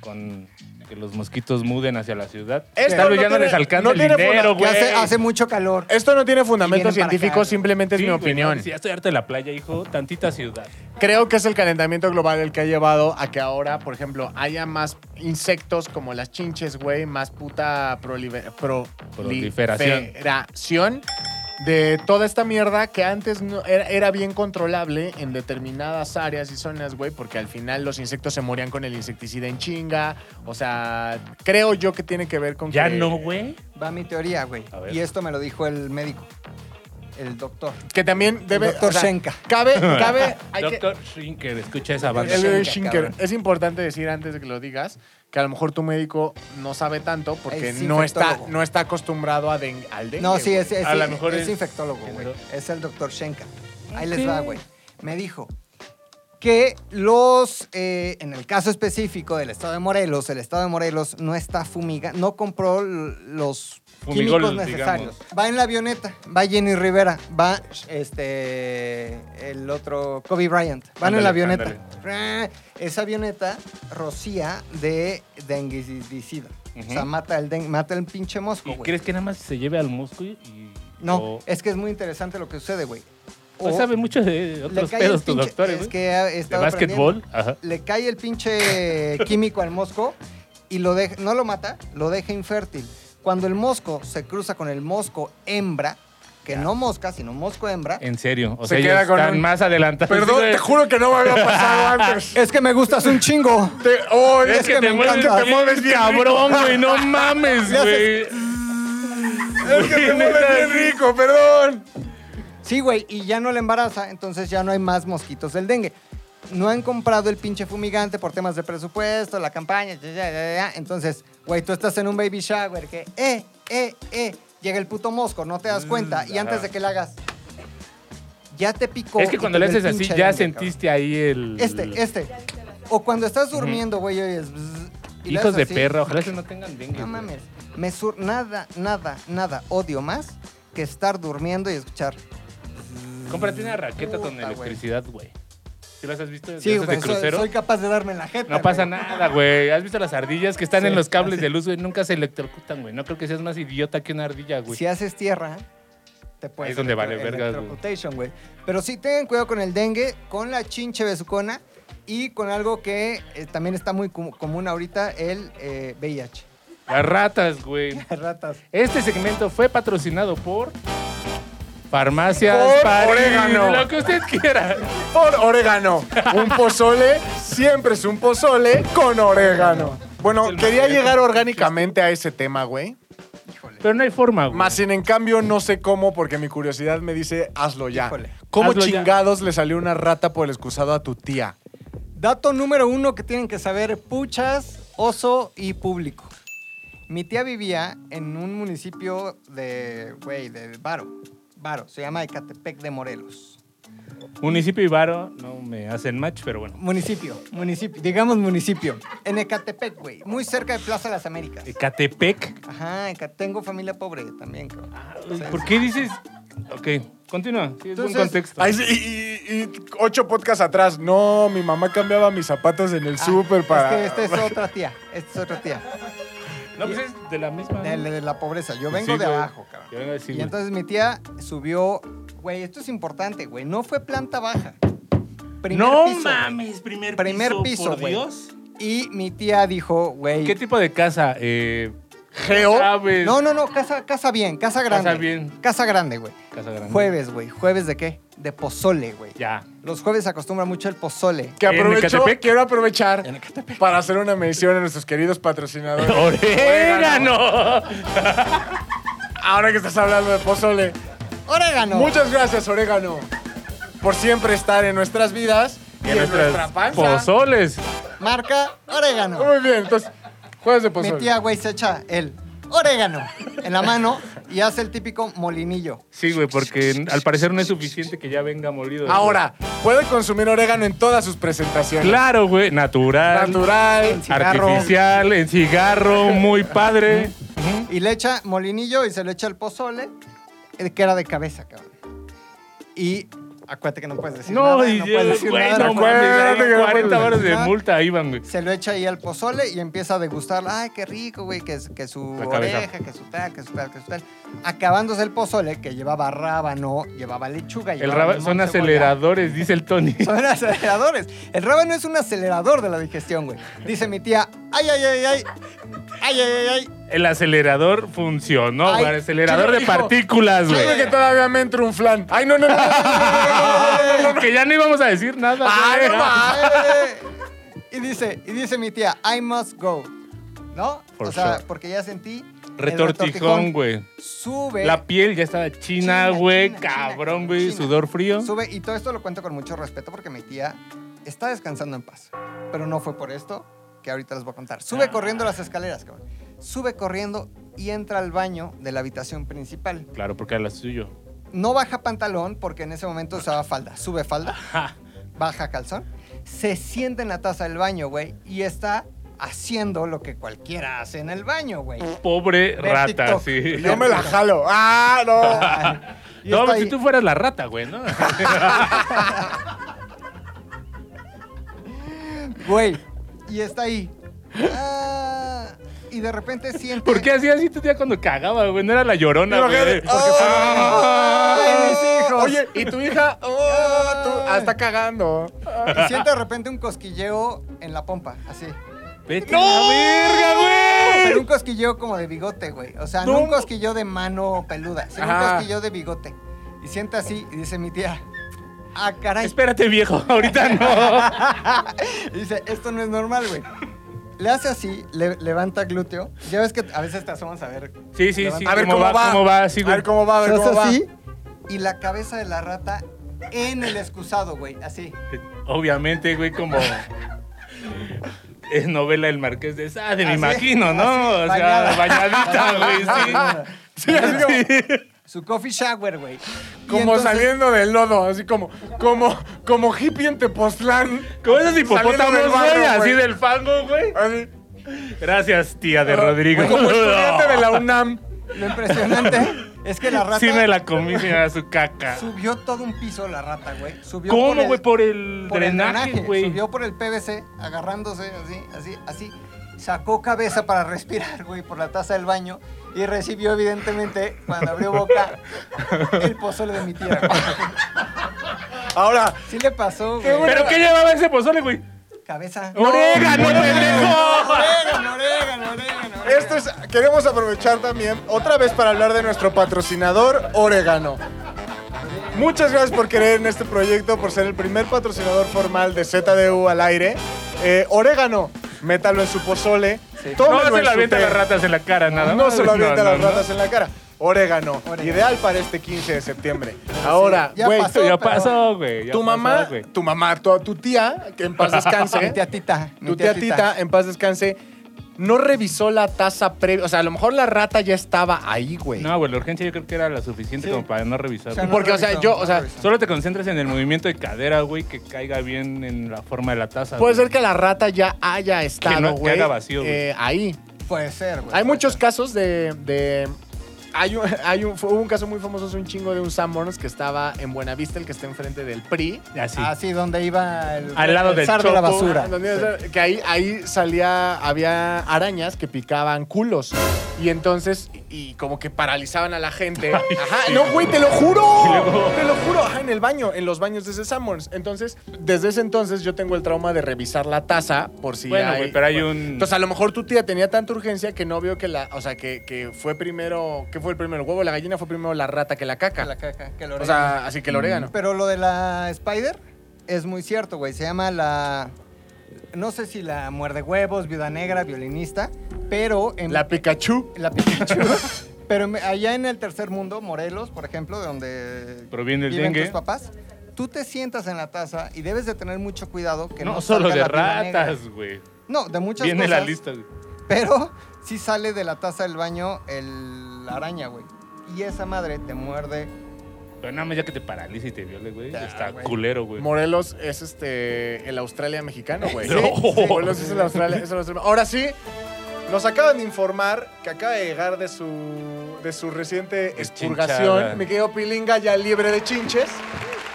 Speaker 2: Con que los mosquitos muden hacia la ciudad.
Speaker 3: Esto
Speaker 2: Tal vez
Speaker 3: no
Speaker 2: ya no
Speaker 3: tiene-
Speaker 2: les alcanza
Speaker 3: no
Speaker 2: el
Speaker 3: tiene
Speaker 2: dinero,
Speaker 3: funda-
Speaker 5: que
Speaker 2: güey.
Speaker 5: hace, hace mucho calor.
Speaker 3: Esto no tiene fundamento
Speaker 5: Y vienen para
Speaker 3: científico,
Speaker 5: acá, ¿no?
Speaker 3: simplemente es
Speaker 2: Sí,
Speaker 3: mi
Speaker 2: güey,
Speaker 3: opinión.
Speaker 2: no, si ya estoy harto de la playa, hijo. Tantita ciudad.
Speaker 3: Creo que es el calentamiento global el que ha llevado a que ahora, por ejemplo, haya más insectos como las chinches, güey, más puta proliver- pro-
Speaker 2: Proliferación.
Speaker 3: proliferación de toda esta mierda que antes no- era, era bien controlable en determinadas áreas y zonas, güey, porque al final los insectos se morían con el insecticida en chinga. O sea, creo yo que tiene que ver con
Speaker 2: Ya
Speaker 3: que...
Speaker 2: no, güey.
Speaker 5: Va mi teoría, güey.
Speaker 2: A ver.
Speaker 5: Y esto me lo dijo el médico, el doctor.
Speaker 3: Que también debe...
Speaker 5: doctor Schenka.
Speaker 3: Cabe, cabe... hay que-
Speaker 2: Doctor Schrinker, escucha esa banda.
Speaker 3: El
Speaker 5: Schenker,
Speaker 3: Schenker.
Speaker 5: cabrón.
Speaker 3: Es importante decir antes de que lo digas que a lo mejor tu médico no sabe tanto porque
Speaker 5: Es
Speaker 3: no está,
Speaker 5: infectólogo.
Speaker 3: no está acostumbrado a den- al dengue.
Speaker 5: No, sí,
Speaker 3: güey.
Speaker 5: es, es,
Speaker 2: A lo
Speaker 5: es-
Speaker 2: mejor
Speaker 5: es
Speaker 2: es-
Speaker 5: infectólogo, güey.
Speaker 2: Pero-
Speaker 5: Es el doctor Schenka. Ahí les
Speaker 2: Ok.
Speaker 5: va, güey. Me dijo que los, eh, en el caso específico del estado de Morelos, el estado de Morelos no está fumiga, no compró l- los
Speaker 2: Fumigol,
Speaker 5: químicos necesarios. Va en la avioneta, va Jenny Rivera, va este el otro Kobe Bryant. Van en
Speaker 2: Ándale,
Speaker 5: la avioneta. Ra- Esa avioneta rocía de denguicida. O sea,
Speaker 2: Ujú.
Speaker 5: mata el, den- mata el pinche mosco,
Speaker 2: ¿Y
Speaker 5: güey.
Speaker 2: crees que nada más se lleve al mosco y- y.?
Speaker 5: No,
Speaker 2: o-
Speaker 5: es que es muy interesante lo que sucede, güey.
Speaker 2: Pues
Speaker 5: O
Speaker 2: sabe mucho de
Speaker 5: le
Speaker 2: otros
Speaker 5: cae el
Speaker 2: pedos tus
Speaker 5: pinche-
Speaker 2: doctores,
Speaker 5: Es
Speaker 2: güey.
Speaker 5: que he
Speaker 2: De
Speaker 5: estado aprendiendo.
Speaker 2: básquetbol. Ajá.
Speaker 5: Le cae el pinche químico al mosco y lo deja, no lo mata, lo deja infértil. Cuando el mosco se cruza con el mosco hembra, que no mosca, sino mosco hembra,
Speaker 2: En serio. O
Speaker 3: Se
Speaker 2: sea, ellos
Speaker 3: queda con
Speaker 2: están
Speaker 3: un-
Speaker 2: más adelantados.
Speaker 3: Perdón,
Speaker 2: güey.
Speaker 3: te juro que no me había pasado antes.
Speaker 5: es que me gustas un chingo.
Speaker 3: Te- oh,
Speaker 2: Es, que, te, mueves,
Speaker 5: encanta.
Speaker 2: te mueves bien cabrón, güey. No mames,
Speaker 5: Le
Speaker 2: güey.
Speaker 5: haces-
Speaker 3: es que te mueves bien rico, perdón.
Speaker 5: Sí, güey, y ya no le embaraza, entonces ya no hay más mosquitos del dengue. No han comprado el pinche fumigante por temas de presupuesto, la campaña, ya, ya, ya, ya. Entonces, güey, tú estás en un baby shower que, eh, eh, eh, llega el puto mosco, no te das cuenta. y
Speaker 2: Mm, ajá.
Speaker 5: antes de que le hagas, ya te picó.
Speaker 2: Es que
Speaker 5: y
Speaker 2: cuando
Speaker 5: te
Speaker 2: le
Speaker 5: dio
Speaker 2: haces
Speaker 5: el
Speaker 2: así,
Speaker 5: pinche
Speaker 2: ya
Speaker 5: dengue,
Speaker 2: sentiste ahí el.
Speaker 5: cabrón. Este, este. O cuando estás durmiendo, güey, oyes. bzz, y le
Speaker 2: Hijos
Speaker 5: haces
Speaker 2: de
Speaker 5: así.
Speaker 2: perra, ojalá que no tengan dengue.
Speaker 5: No
Speaker 2: güey.
Speaker 5: mames. Me sur nada, nada, nada odio más que estar durmiendo y escuchar.
Speaker 2: Cómprate una raqueta con
Speaker 5: Puta, güey.
Speaker 2: electricidad, güey. ¿Sí las has visto?
Speaker 5: Sí,
Speaker 2: ¿Las
Speaker 5: güey,
Speaker 2: de
Speaker 5: soy,
Speaker 2: crucero?
Speaker 5: soy capaz de darme en la jeta.
Speaker 2: No pasa
Speaker 5: güey.
Speaker 2: nada, güey. ¿Has visto las ardillas que están
Speaker 5: Sí,
Speaker 2: en los cables de luz, güey? Nunca se electrocutan, güey. No creo que seas más idiota que una ardilla, güey.
Speaker 5: Si haces tierra, te puedes.
Speaker 2: es donde vale
Speaker 5: electro-
Speaker 2: verga, güey.
Speaker 5: electrocutation, güey. Pero sí tengan cuidado con el dengue, con la chinche besucona y con algo que eh, también está muy com- común ahorita, el eh, VIH.
Speaker 2: Las ratas, güey.
Speaker 5: Ratas.
Speaker 2: Este segmento fue patrocinado por Farmacias
Speaker 3: Por
Speaker 2: París,
Speaker 3: orégano.
Speaker 2: Lo que usted quiera.
Speaker 3: Por orégano. Un pozole siempre es un pozole con orégano. Bueno, quería llegar orgánicamente a ese tema, güey.
Speaker 2: Pero no hay forma, güey.
Speaker 3: Más sin en cambio, no sé cómo, porque mi curiosidad me dice, hazlo ya.
Speaker 5: Híjole.
Speaker 3: ¿Cómo
Speaker 2: Hazlo ya.
Speaker 3: chingados le salió una rata por el excusado a tu tía?
Speaker 5: Dato número uno que tienen que saber, puchas, oso y público. Mi tía vivía en un municipio de, güey, de Varo. Varo, se llama Ecatepec de Morelos.
Speaker 2: Municipio y varo no me hacen match, pero bueno.
Speaker 5: Municipio, municipio, digamos municipio. En Ecatepec, güey, muy cerca de Plaza de las Américas.
Speaker 2: Ecatepec.
Speaker 5: Ajá, Eca- tengo familia pobre también, cabrón. Ah,
Speaker 2: ¿Por qué dices? Ok, continúa. Sí, es buen
Speaker 5: Entonces,
Speaker 2: contexto.
Speaker 3: Ay, sí, y, y- y ocho podcasts atrás. No, mi mamá cambiaba mis zapatos en el
Speaker 2: Ah,
Speaker 3: súper para.
Speaker 5: Ah, este, Es que esta es otra tía, esta es otra tía.
Speaker 2: no, pues es de la misma.
Speaker 5: De, de la pobreza, yo
Speaker 2: Sí,
Speaker 5: vengo de
Speaker 2: güey.
Speaker 5: abajo, cabrón.
Speaker 2: Yo vengo de- sí,
Speaker 5: y
Speaker 2: güey.
Speaker 5: entonces mi tía subió, güey, esto es importante, güey, no fue planta baja. Primer
Speaker 2: no
Speaker 5: piso, güey.
Speaker 2: mames, primer,
Speaker 5: Primer
Speaker 2: piso,
Speaker 5: piso,
Speaker 2: por
Speaker 5: güey.
Speaker 2: Dios.
Speaker 5: Y mi tía dijo, güey,
Speaker 2: ¿Qué tipo de casa? Eh,
Speaker 3: Geo.
Speaker 2: ¿Sabes?
Speaker 5: no, no, no, casa, casa bien, casa grande.
Speaker 2: bien.
Speaker 5: Casa grande, güey.
Speaker 2: Casa grande.
Speaker 5: Jueves, güey, jueves de qué? De pozole, güey.
Speaker 2: Ya.
Speaker 5: Los jueves se acostumbra mucho el pozole.
Speaker 3: Que
Speaker 2: ¿En
Speaker 3: aprovecho,
Speaker 2: Ecatepec?
Speaker 3: quiero aprovechar para hacer una mención a nuestros queridos patrocinadores.
Speaker 2: Oh. ¡Orégano!
Speaker 3: Ahora que estás hablando de pozole.
Speaker 5: Orégano.
Speaker 3: Muchas gracias, Orégano, por siempre estar en nuestras vidas y, en nuestra, panza.
Speaker 2: pozoles.
Speaker 5: Marca orégano.
Speaker 3: Muy bien, entonces, jueves de
Speaker 5: Mi
Speaker 3: pozole.
Speaker 5: tía, güey, se echa el orégano en la mano y hace el típico molinillo.
Speaker 2: Sí, güey, porque al parecer no es suficiente que ya venga molido. güey.
Speaker 3: Ahora, puede consumir orégano en todas sus presentaciones.
Speaker 2: Claro, güey. Natural.
Speaker 3: Natural.
Speaker 5: cigarro.
Speaker 2: Artificial, en cigarro, muy padre. Ujú.
Speaker 5: Y le echa molinillo y se le echa el pozole, eh, que era de cabeza, cabrón. Y acuérdate que no puedes decir
Speaker 2: No,
Speaker 5: nada.
Speaker 2: y
Speaker 5: no
Speaker 2: yo,
Speaker 5: puedes decir
Speaker 2: güey,
Speaker 5: nada.
Speaker 2: no
Speaker 3: Acuérdate
Speaker 2: mames,
Speaker 3: que
Speaker 2: eran
Speaker 3: no
Speaker 2: 40
Speaker 3: puedes
Speaker 2: horas de
Speaker 5: nada.
Speaker 2: multa ahí van, güey.
Speaker 5: Se lo echa ahí al pozole y empieza a degustar. Ay, qué rico, güey, que, que su
Speaker 2: La cabeza.
Speaker 5: oreja, que su tal, que su tal, que su tal. Acabándose el pozole, que llevaba rábano, llevaba lechuga.
Speaker 2: El
Speaker 5: llevaba
Speaker 2: raba-
Speaker 5: limón,
Speaker 2: son
Speaker 5: cebolla.
Speaker 2: aceleradores, dice el Tony.
Speaker 5: Son aceleradores. El rábano es un acelerador de la digestión, güey. Dice mi tía, ay, ay, ay, ay, ay, ay, ay,
Speaker 2: El acelerador funcionó,
Speaker 5: Ay,
Speaker 2: güey. El acelerador
Speaker 3: ¿quién lo
Speaker 2: de
Speaker 3: dijo?
Speaker 2: partículas,
Speaker 3: Yo
Speaker 2: güey.
Speaker 3: creo que todavía me entra un flan. Ay, no, no, no. no, no, no, no, no.
Speaker 2: Que ya no íbamos a decir nada.
Speaker 3: Ay,
Speaker 2: güey.
Speaker 3: Ah, no mames.
Speaker 5: ay". Y dice, y dice mi tía, I must go. ¿No?
Speaker 2: For
Speaker 5: o sea,
Speaker 2: sure.
Speaker 5: porque ya sentí. el
Speaker 2: Retortijón, güey.
Speaker 5: Sube.
Speaker 2: La piel ya estaba
Speaker 5: China,
Speaker 2: china, güey.
Speaker 5: china,
Speaker 2: Cabrón,
Speaker 5: china,
Speaker 2: güey.
Speaker 5: china.
Speaker 2: Sudor frío.
Speaker 5: Sube, y todo esto lo cuento con mucho respeto porque mi tía está descansando en paz. Pero no fue por esto que ahorita les voy a contar.
Speaker 2: Ah.
Speaker 5: Sube corriendo las escaleras, cabrón. Sube corriendo y entra al baño de la habitación principal.
Speaker 2: Claro, porque era la suyo.
Speaker 5: No baja pantalón porque en ese momento usaba falda. Sube falda, baja calzón. Se sienta en la taza del baño, güey, y está haciendo lo que cualquiera hace en el baño, güey.
Speaker 2: Pobre
Speaker 5: Ver
Speaker 2: rata,
Speaker 5: TikTok.
Speaker 2: sí.
Speaker 3: Yo me la jalo. Ah, no.
Speaker 5: Y
Speaker 2: No,
Speaker 5: está
Speaker 2: pues, si
Speaker 5: ahí.
Speaker 2: tú fueras la rata, güey, ¿no?
Speaker 5: Güey, y está ahí. Ah, y de repente siente...
Speaker 2: ¿Por qué hacía así tu tía cuando cagaba, güey? No era la llorona,
Speaker 3: Pero
Speaker 2: güey.
Speaker 3: que- Ah.
Speaker 5: Ay, mis hijos.
Speaker 3: Oye, ¿y tu hija? Oh, tú, ah, está cagando.
Speaker 5: Y siente de repente un cosquilleo en la pompa, así.
Speaker 2: ¡Vete a la verga, güey!
Speaker 5: Pero un cosquilleo como de bigote, güey. O sea, no,
Speaker 2: No.
Speaker 5: un cosquilleo de mano peluda, sino un
Speaker 3: Ajá.
Speaker 5: cosquilleo de bigote. Y siente así y dice mi tía, ah, caray.
Speaker 2: Espérate, viejo. Ahorita no.
Speaker 5: Y dice, esto no es normal, güey. Le hace así, le- levanta glúteo. Ya ves que a veces te asomas a ver.
Speaker 2: Sí, sí, sí.
Speaker 5: Levanta-
Speaker 3: A ver
Speaker 2: ¿cómo, va? ¿Cómo va? Sí,
Speaker 3: a
Speaker 2: güey.
Speaker 3: ver cómo va, a ver
Speaker 5: Se hace
Speaker 3: cómo va.
Speaker 5: así y la cabeza de la rata en el excusado, güey. Así.
Speaker 2: Obviamente, güey, como. Es novela El Marqués de Sade, me
Speaker 5: Así,
Speaker 2: imagino, ¿no?
Speaker 5: así,
Speaker 2: o sea,
Speaker 5: bañada.
Speaker 2: bañadita,
Speaker 5: Bañada.
Speaker 2: güey,
Speaker 3: Sí, así como,
Speaker 5: Su coffee shower, güey. Y
Speaker 3: como
Speaker 5: entonces-
Speaker 3: saliendo del lodo, así como, como, como hippie en Tepoztlán.
Speaker 2: sí. Como esos
Speaker 3: Saliendo
Speaker 2: hipopótamos,
Speaker 3: del barro,
Speaker 2: güey, así
Speaker 3: güey.
Speaker 2: del fango, güey.
Speaker 3: Así.
Speaker 2: Gracias, tía de Rodrigo.
Speaker 3: Ah, Como estudiante de la UNAM.
Speaker 5: Lo impresionante es que la rata
Speaker 2: Sí me la comí, señora, su caca.
Speaker 5: subió todo un piso la rata, güey. Subió por
Speaker 2: Ah. ¿Cómo,
Speaker 5: el-
Speaker 2: güey? Por el
Speaker 5: por el
Speaker 2: drenaje, güey.
Speaker 5: Subió por el PVC, agarrándose así, así, así. Sacó cabeza para respirar, güey, por la taza del baño. Y recibió, evidentemente, cuando abrió boca, el pozole de mi tía. güey.
Speaker 3: Ahora,
Speaker 5: Sí le pasó, güey.
Speaker 2: ¿Pero qué llevaba ese pozole, güey?
Speaker 5: Cabeza.
Speaker 2: ¡Orégano, pendejo!
Speaker 5: Orégano, orégano, orégano.
Speaker 3: esto es, queremos aprovechar también otra vez para hablar de nuestro patrocinador, Orégano. Muchas gracias por querer en este proyecto, por ser el primer patrocinador formal de ZDU al aire. Eh, orégano, métalo en su pozole. tómalo
Speaker 2: No se
Speaker 3: en
Speaker 2: la
Speaker 3: su
Speaker 2: avienta
Speaker 3: té.
Speaker 2: las ratas en la cara, nada
Speaker 3: No
Speaker 2: más.
Speaker 3: se lo avienta
Speaker 2: No,
Speaker 3: las
Speaker 2: no,
Speaker 3: ratas en la cara. Orégano,
Speaker 5: Orégano.
Speaker 3: ideal para este 15 de septiembre. Ahora,
Speaker 5: Ya
Speaker 3: güey,
Speaker 5: pasó,
Speaker 2: no. Ya
Speaker 5: pero-
Speaker 2: pasó, güey. ya
Speaker 3: tu
Speaker 2: pasó,
Speaker 3: mamá,
Speaker 2: güey.
Speaker 3: ¿eh? tu mamá, tu, tu tía, que en paz descanse,
Speaker 5: Mi tía Tita. mi
Speaker 3: tu tía Tita, en paz descanse, no revisó la taza previa. O sea, a lo mejor la rata ya estaba ahí, güey.
Speaker 2: No, güey, la urgencia yo creo que era la suficiente como para no revisar.
Speaker 5: O sea, no
Speaker 3: Porque, o sea, yo, o sea,
Speaker 5: revisó.
Speaker 2: Solo te concentras en el movimiento de cadera, güey, que caiga bien en la forma de la taza.
Speaker 3: Puede
Speaker 2: güey.
Speaker 3: ser que la rata ya haya
Speaker 2: Que no-
Speaker 3: estado,
Speaker 2: que
Speaker 3: güey.
Speaker 2: haga vacío, güey. Pues
Speaker 3: eh, ahí.
Speaker 5: Puede ser, güey.
Speaker 3: Hay
Speaker 5: puede
Speaker 3: muchos
Speaker 5: ser.
Speaker 3: casos de. de- hay un, hay un, fue- hubo un caso muy famoso hace un chingo de un Sam Morons que estaba en Buenavista, el que está enfrente del PRI.
Speaker 2: Así.
Speaker 5: Ah, sí, donde iba el,
Speaker 2: Al lado
Speaker 5: el
Speaker 2: del
Speaker 5: zar de la
Speaker 2: chopo.
Speaker 5: basura.
Speaker 3: Ah, Donde- Que ahí, ahí salía, había arañas que picaban culos. Y entonces, y, y como que paralizaban a la gente. Ajá, no, güey, te lo juro.
Speaker 2: Y luego-
Speaker 3: Te lo juro. Ajá, en el baño, en los baños de ese Summers. Entonces, desde ese entonces yo tengo el trauma de revisar la taza por si
Speaker 2: Bueno,
Speaker 3: hay.
Speaker 2: güey, pero hay
Speaker 3: bueno.
Speaker 2: un-
Speaker 3: Entonces, a lo mejor tu tía tenía tanta urgencia que no vio que la. O sea, que, que fue primero. ¿Qué fue el primero? ¿El huevo? ¿La gallina? Fue primero la rata que la caca.
Speaker 5: La caca, que lo
Speaker 3: o
Speaker 5: orégano. Mm.
Speaker 3: sea, así que el orégano.
Speaker 5: Pero lo de la Spider es muy cierto, güey. Se llama la. No sé si la muerde huevos, viuda negra, violinista, pero en.
Speaker 3: La Pikachu.
Speaker 5: la Pikachu. pero en- allá en el tercer mundo, Morelos, por ejemplo, de donde.
Speaker 2: Proviene el
Speaker 5: viven
Speaker 2: dengue.
Speaker 5: tus papás. Tú te sientas en la taza y debes de tener mucho cuidado que no,
Speaker 2: no, solo
Speaker 5: salga
Speaker 2: de
Speaker 5: la viuda negra.
Speaker 2: ratas, güey.
Speaker 5: No, de muchas
Speaker 2: Viene
Speaker 5: cosas.
Speaker 2: la lista, güey.
Speaker 5: Pero sí sale de la taza del baño el la araña, güey. Y esa madre te muerde.
Speaker 2: Pero nada más ya que te paraliza y te viole, güey.
Speaker 5: Ya,
Speaker 2: está
Speaker 5: Ah, güey.
Speaker 2: culero, güey.
Speaker 3: Morelos es este el Australia mexicano, güey.
Speaker 2: No.
Speaker 3: Sí, Morelos es el Australia, es el Australia. Ahora sí, nos acaban de informar que acaba de llegar de su de su reciente
Speaker 2: Deschinchada.
Speaker 3: expurgación. Mi querido Pilinga ya libre de chinches.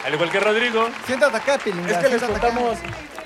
Speaker 2: Al igual que Rodrigo.
Speaker 5: Siéntate acá, pilinga.
Speaker 3: Es que les
Speaker 5: siéntate acá.
Speaker 3: contamos,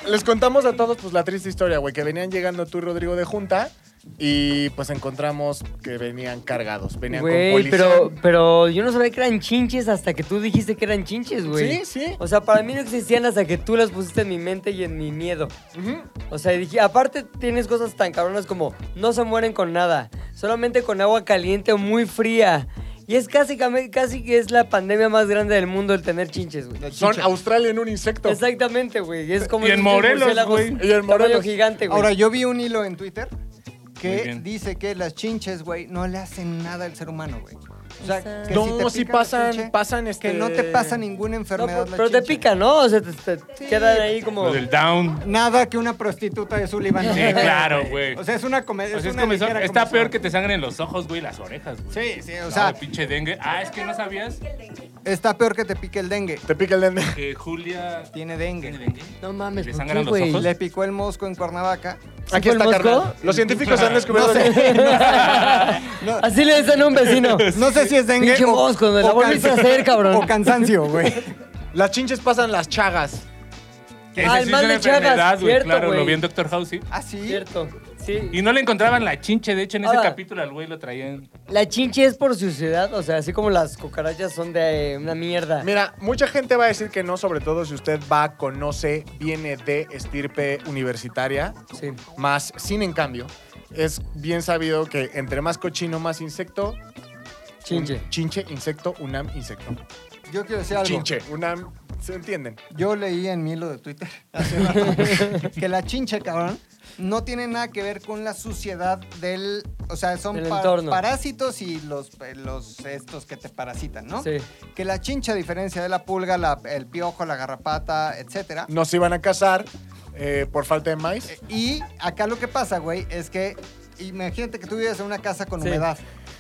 Speaker 3: les contamos a todos pues la triste historia, güey, que venían llegando tú y Rodrigo de junta y pues encontramos que venían cargados, venían con
Speaker 1: Güey,
Speaker 3: policía.
Speaker 1: pero, pero yo no sabía que eran chinches hasta que tú dijiste que eran chinches, güey.
Speaker 3: Sí, sí.
Speaker 1: O sea, para mí no existían hasta que tú las pusiste en mi mente y en mi miedo.
Speaker 3: Ujú.
Speaker 1: O sea, y dije, aparte tienes cosas tan cabronas como no se mueren con nada, solamente con agua caliente o muy fría. Y es casi, came- casi que es la pandemia más grande del mundo el tener chinches, güey.
Speaker 3: Son Australia en un insecto.
Speaker 1: Exactamente, güey. Es como pues,
Speaker 2: Y en
Speaker 1: esos
Speaker 2: Morelos,
Speaker 1: murciélagos
Speaker 2: güey.
Speaker 3: Y en
Speaker 1: tamaño
Speaker 3: Morelos.
Speaker 1: gigante, güey.
Speaker 5: Ahora, yo vi un hilo en Twitter
Speaker 2: Muy
Speaker 5: que
Speaker 2: bien.
Speaker 5: dice que las chinches, güey, no le hacen nada al ser humano, güey. O sea,
Speaker 1: Exacto.
Speaker 5: que
Speaker 3: No,
Speaker 5: te
Speaker 3: sí
Speaker 5: pica la
Speaker 3: pasan- pasan,
Speaker 5: Que
Speaker 3: este-
Speaker 5: no te pasa ninguna
Speaker 1: No,
Speaker 5: enfermedad
Speaker 1: pero,
Speaker 5: la
Speaker 1: pero te
Speaker 5: chinche.
Speaker 1: pica, ¿no? O sea, te, te
Speaker 5: Sí.
Speaker 1: quedan ahí como...
Speaker 2: Lo del down.
Speaker 5: Nada que una prostituta de Sullivan. no
Speaker 2: Sí,
Speaker 5: te dé,
Speaker 2: claro, güey.
Speaker 5: O sea, es una comedia.
Speaker 2: O sea, es
Speaker 5: es una
Speaker 2: comezón.
Speaker 5: ligera
Speaker 2: Está
Speaker 5: comezón.
Speaker 2: peor que te sangren los ojos, güey, y las orejas, güey.
Speaker 5: Sí, sí, o
Speaker 2: No,
Speaker 5: sea,
Speaker 2: de pinche dengue. Ah, es que no sabías
Speaker 5: está peor que te pique el dengue.
Speaker 3: Te pica el dente.
Speaker 2: que Julia
Speaker 5: Tiene dengue.
Speaker 2: tiene dengue.
Speaker 1: No mames,
Speaker 2: ¿Le
Speaker 1: ¿por
Speaker 2: sangran
Speaker 1: qué,
Speaker 2: los
Speaker 1: güey?
Speaker 2: ojos?
Speaker 5: Le picó el mosco en Cuernavaca.
Speaker 3: Aquí
Speaker 1: fue el
Speaker 3: está
Speaker 1: mosco?
Speaker 3: carnal. Los científicos han descubierto que-
Speaker 1: Así le dicen a un vecino.
Speaker 5: No sé si es dengue
Speaker 1: Pinche
Speaker 5: o-
Speaker 1: mosco, me la
Speaker 5: o
Speaker 1: volviste a
Speaker 5: cansa-
Speaker 1: hacer, cabrón.
Speaker 5: O cansancio, güey.
Speaker 3: Las chinches pasan las chagas.
Speaker 1: Ah, el
Speaker 2: Esa sí
Speaker 1: mal
Speaker 2: es una
Speaker 1: de Chagas,
Speaker 2: enfermedad, güey.
Speaker 1: cierto,
Speaker 2: Claro, lo
Speaker 1: güey.
Speaker 2: vi en Doctor House, sí.
Speaker 5: ¿Ah, sí?
Speaker 1: Cierto.
Speaker 2: Y
Speaker 1: Sí.
Speaker 2: no le encontraban la chinche. De hecho, en ese
Speaker 1: Ahora-
Speaker 2: capítulo al güey lo traían.
Speaker 1: La chinche es por suciedad, o sea, así como las cucarachas son de eh, una mierda.
Speaker 3: Mira, mucha gente va a decir que no, sobre todo si usted va, conoce, viene de estirpe universitaria.
Speaker 1: Sí.
Speaker 3: Más, sin en cambio, es bien sabido que entre más cochino, más insecto.
Speaker 1: Chinche.
Speaker 3: Chinche, insecto, UNAM, insecto.
Speaker 5: Yo quiero decir algo.
Speaker 3: Chinche, UNAM, ¿se entienden?
Speaker 5: Yo leí en mi hilo de Twitter hace rato que la chinche, cabrón, no tiene nada que ver con la suciedad del... O sea, son
Speaker 1: Del
Speaker 5: pa-
Speaker 1: entorno.
Speaker 5: parásitos y los, eh, los estos que te parasitan, ¿no?
Speaker 1: Sí.
Speaker 5: Que la chinche, a diferencia de la pulga, la- el piojo, la garrapata, etcétera,
Speaker 3: No se iban a casar eh, por falta de maíz.
Speaker 5: Y acá lo que pasa, güey, es que imagínate que tú vives en una casa con
Speaker 1: Sí.
Speaker 5: humedad,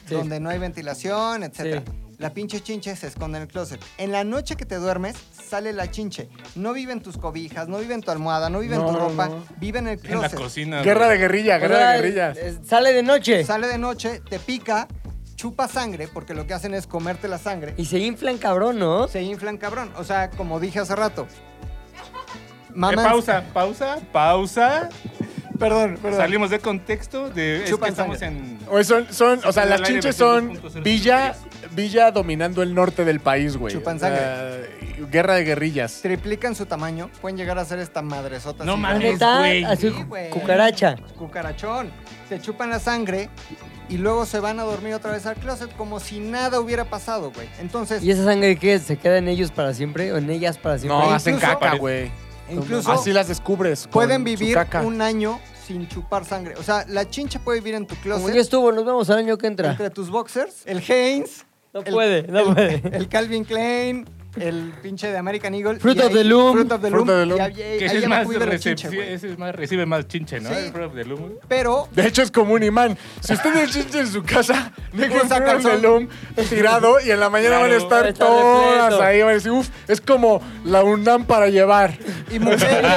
Speaker 1: Sí.
Speaker 5: donde no hay ventilación, etc.
Speaker 1: Sí.
Speaker 5: La pinche chinche se esconde en el closet. En la noche que te duermes, sale la chinche. No vive en tus cobijas, no vive en tu almohada, no vive en tu
Speaker 3: No,
Speaker 5: ropa,
Speaker 3: no.
Speaker 5: vive en el
Speaker 2: En la
Speaker 5: closet.
Speaker 2: cocina.
Speaker 3: Guerra de
Speaker 2: güey.
Speaker 3: guerrilla,
Speaker 1: O
Speaker 3: guerra
Speaker 1: sea,
Speaker 3: de guerrillas.
Speaker 1: eh, Sale de noche
Speaker 5: sale de noche, te pica, chupa sangre, porque lo que hacen es comerte la sangre.
Speaker 1: y se inflan cabrón, ¿no?
Speaker 5: Se inflan cabrón. O sea, como dije hace rato.
Speaker 2: Eh,
Speaker 5: Maman,
Speaker 2: pausa, pausa, pausa.
Speaker 5: Perdón, perdón.
Speaker 2: Salimos de contexto. De, es que
Speaker 5: Chupan
Speaker 2: estamos
Speaker 5: sangre.
Speaker 2: en.
Speaker 3: Oye, son, son- o sea,
Speaker 2: Al
Speaker 3: las
Speaker 2: aire
Speaker 3: chinches son
Speaker 2: 22.0.
Speaker 3: Villa, Villa dominando el norte del país, güey.
Speaker 5: Chupan
Speaker 3: O sea, guerra de guerrillas.
Speaker 5: Triplican su tamaño, pueden llegar a ser esta madresota.
Speaker 2: No
Speaker 5: así,
Speaker 1: La
Speaker 2: mames.
Speaker 5: grande.
Speaker 1: neta,
Speaker 2: güey.
Speaker 1: así
Speaker 5: Sí, güey.
Speaker 1: cucaracha.
Speaker 5: cucarachón. Te chupan la sangre y luego se van a dormir otra vez al closet como si nada hubiera pasado, güey. Entonces,
Speaker 1: ¿Y esa sangre qué? ¿Se queda en ellos para siempre o en ellas para siempre?
Speaker 3: No,
Speaker 5: Incluso-
Speaker 3: hacen caca, güey.
Speaker 5: incluso
Speaker 3: Así las descubres. con
Speaker 5: pueden
Speaker 3: su
Speaker 5: vivir
Speaker 3: caca.
Speaker 5: un año sin chupar sangre. O sea, la chincha puede vivir en tu
Speaker 1: Como ya
Speaker 5: closet
Speaker 1: estuvo, nos vemos al año que entra.
Speaker 5: entre tus boxers, el Hanes,
Speaker 1: No
Speaker 5: el-
Speaker 1: puede, no
Speaker 5: el,
Speaker 1: puede.
Speaker 5: el Calvin Klein, el pinche de American Eagle.
Speaker 1: Fruit
Speaker 5: y
Speaker 1: of
Speaker 5: ahí-
Speaker 1: the Loom.
Speaker 5: Fruit of the
Speaker 3: Fruit
Speaker 5: Loom.
Speaker 3: of the Loom.
Speaker 5: y ahí- ahí
Speaker 2: Que
Speaker 5: ya
Speaker 2: ese es
Speaker 5: me
Speaker 2: más
Speaker 5: fui de lo chinche,
Speaker 2: receptivo,
Speaker 5: güey.
Speaker 2: ese es más, recibe más chinche, ¿no?
Speaker 5: Sí.
Speaker 2: El prof de Lumo.
Speaker 5: Pero
Speaker 3: De hecho, es como un imán. Si usted tiene chinche en su casa, dejen
Speaker 5: Esa
Speaker 3: un
Speaker 5: calzón.
Speaker 3: melón tirado y en la mañana van a
Speaker 2: Claro,
Speaker 1: va a
Speaker 3: estar
Speaker 1: estar
Speaker 3: todas
Speaker 1: repleto.
Speaker 3: ahí. Van a decir, uff, es como la UNAM para llevar.
Speaker 5: y mujeres.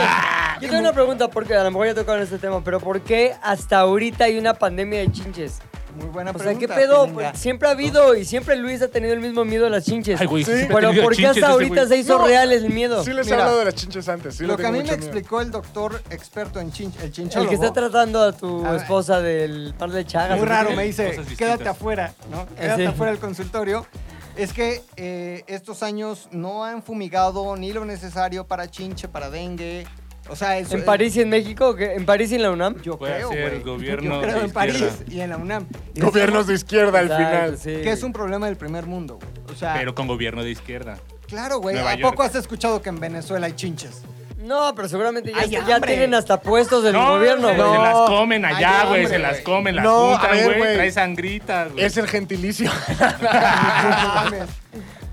Speaker 1: Yo tengo una pregunta porque a lo mejor ya tocaron este tema, pero ¿por qué hasta ahorita hay una pandemia de chinches?
Speaker 5: Muy buena
Speaker 1: O sea,
Speaker 5: pregunta.
Speaker 1: ¿qué pedo?
Speaker 5: Pilinga.
Speaker 1: Siempre ha habido y siempre Luis ha tenido el mismo miedo a las chinches.
Speaker 2: Ay, güey,
Speaker 3: Sí.
Speaker 2: siempre he
Speaker 1: Pero
Speaker 2: tenido
Speaker 1: ¿por qué
Speaker 2: chinches
Speaker 1: hasta
Speaker 2: ese
Speaker 1: ahorita
Speaker 2: güey.
Speaker 1: se hizo
Speaker 3: No.
Speaker 1: real el miedo?
Speaker 3: Sí les he
Speaker 5: Mira.
Speaker 3: hablado de las chinches antes. Sí,
Speaker 5: lo que a mí me
Speaker 3: explica.
Speaker 5: explicó el doctor experto en chin, el
Speaker 1: El
Speaker 5: chinchólogo.
Speaker 1: que está tratando a tu
Speaker 5: A ver.
Speaker 1: esposa del par de chagas.
Speaker 5: muy raro, me
Speaker 2: Cosas
Speaker 5: dice,
Speaker 2: distintas.
Speaker 5: quédate afuera, ¿no? Quédate
Speaker 1: Eh, sí.
Speaker 5: afuera del consultorio. Es que eh, estos años no han fumigado ni lo necesario para chinche, para dengue. O sea, eso
Speaker 1: ¿En París y en México? ¿Qué? ¿En París y en la UNAM?
Speaker 5: Yo
Speaker 2: Puede
Speaker 5: creo,
Speaker 2: ser
Speaker 5: güey.
Speaker 2: el gobierno
Speaker 5: Yo creo
Speaker 2: de
Speaker 5: en París
Speaker 2: izquierda.
Speaker 5: y en la UNAM. Y
Speaker 3: Gobiernos de izquierda al
Speaker 1: Exacto,
Speaker 3: final.
Speaker 1: sí.
Speaker 5: Que es un problema del primer mundo, güey. O sea,
Speaker 2: Pero con gobierno de izquierda.
Speaker 5: claro, güey.
Speaker 2: Nueva
Speaker 5: ¿A
Speaker 2: York.
Speaker 5: poco has escuchado que en Venezuela hay chinches?
Speaker 1: No, pero seguramente ya,
Speaker 5: Ay,
Speaker 1: está- ya
Speaker 5: hambre.
Speaker 1: tienen hasta puestos del gobierno.
Speaker 2: se,
Speaker 1: güey.
Speaker 2: se
Speaker 3: No.
Speaker 2: las comen allá,
Speaker 5: Ay,
Speaker 2: güey,
Speaker 5: hombre,
Speaker 2: se las
Speaker 5: güey.
Speaker 2: comen, las
Speaker 3: No, a
Speaker 2: juntan,
Speaker 3: ver,
Speaker 2: güey,
Speaker 3: güey.
Speaker 2: trae sangrita, güey.
Speaker 3: Es el gentilicio.
Speaker 5: No mames.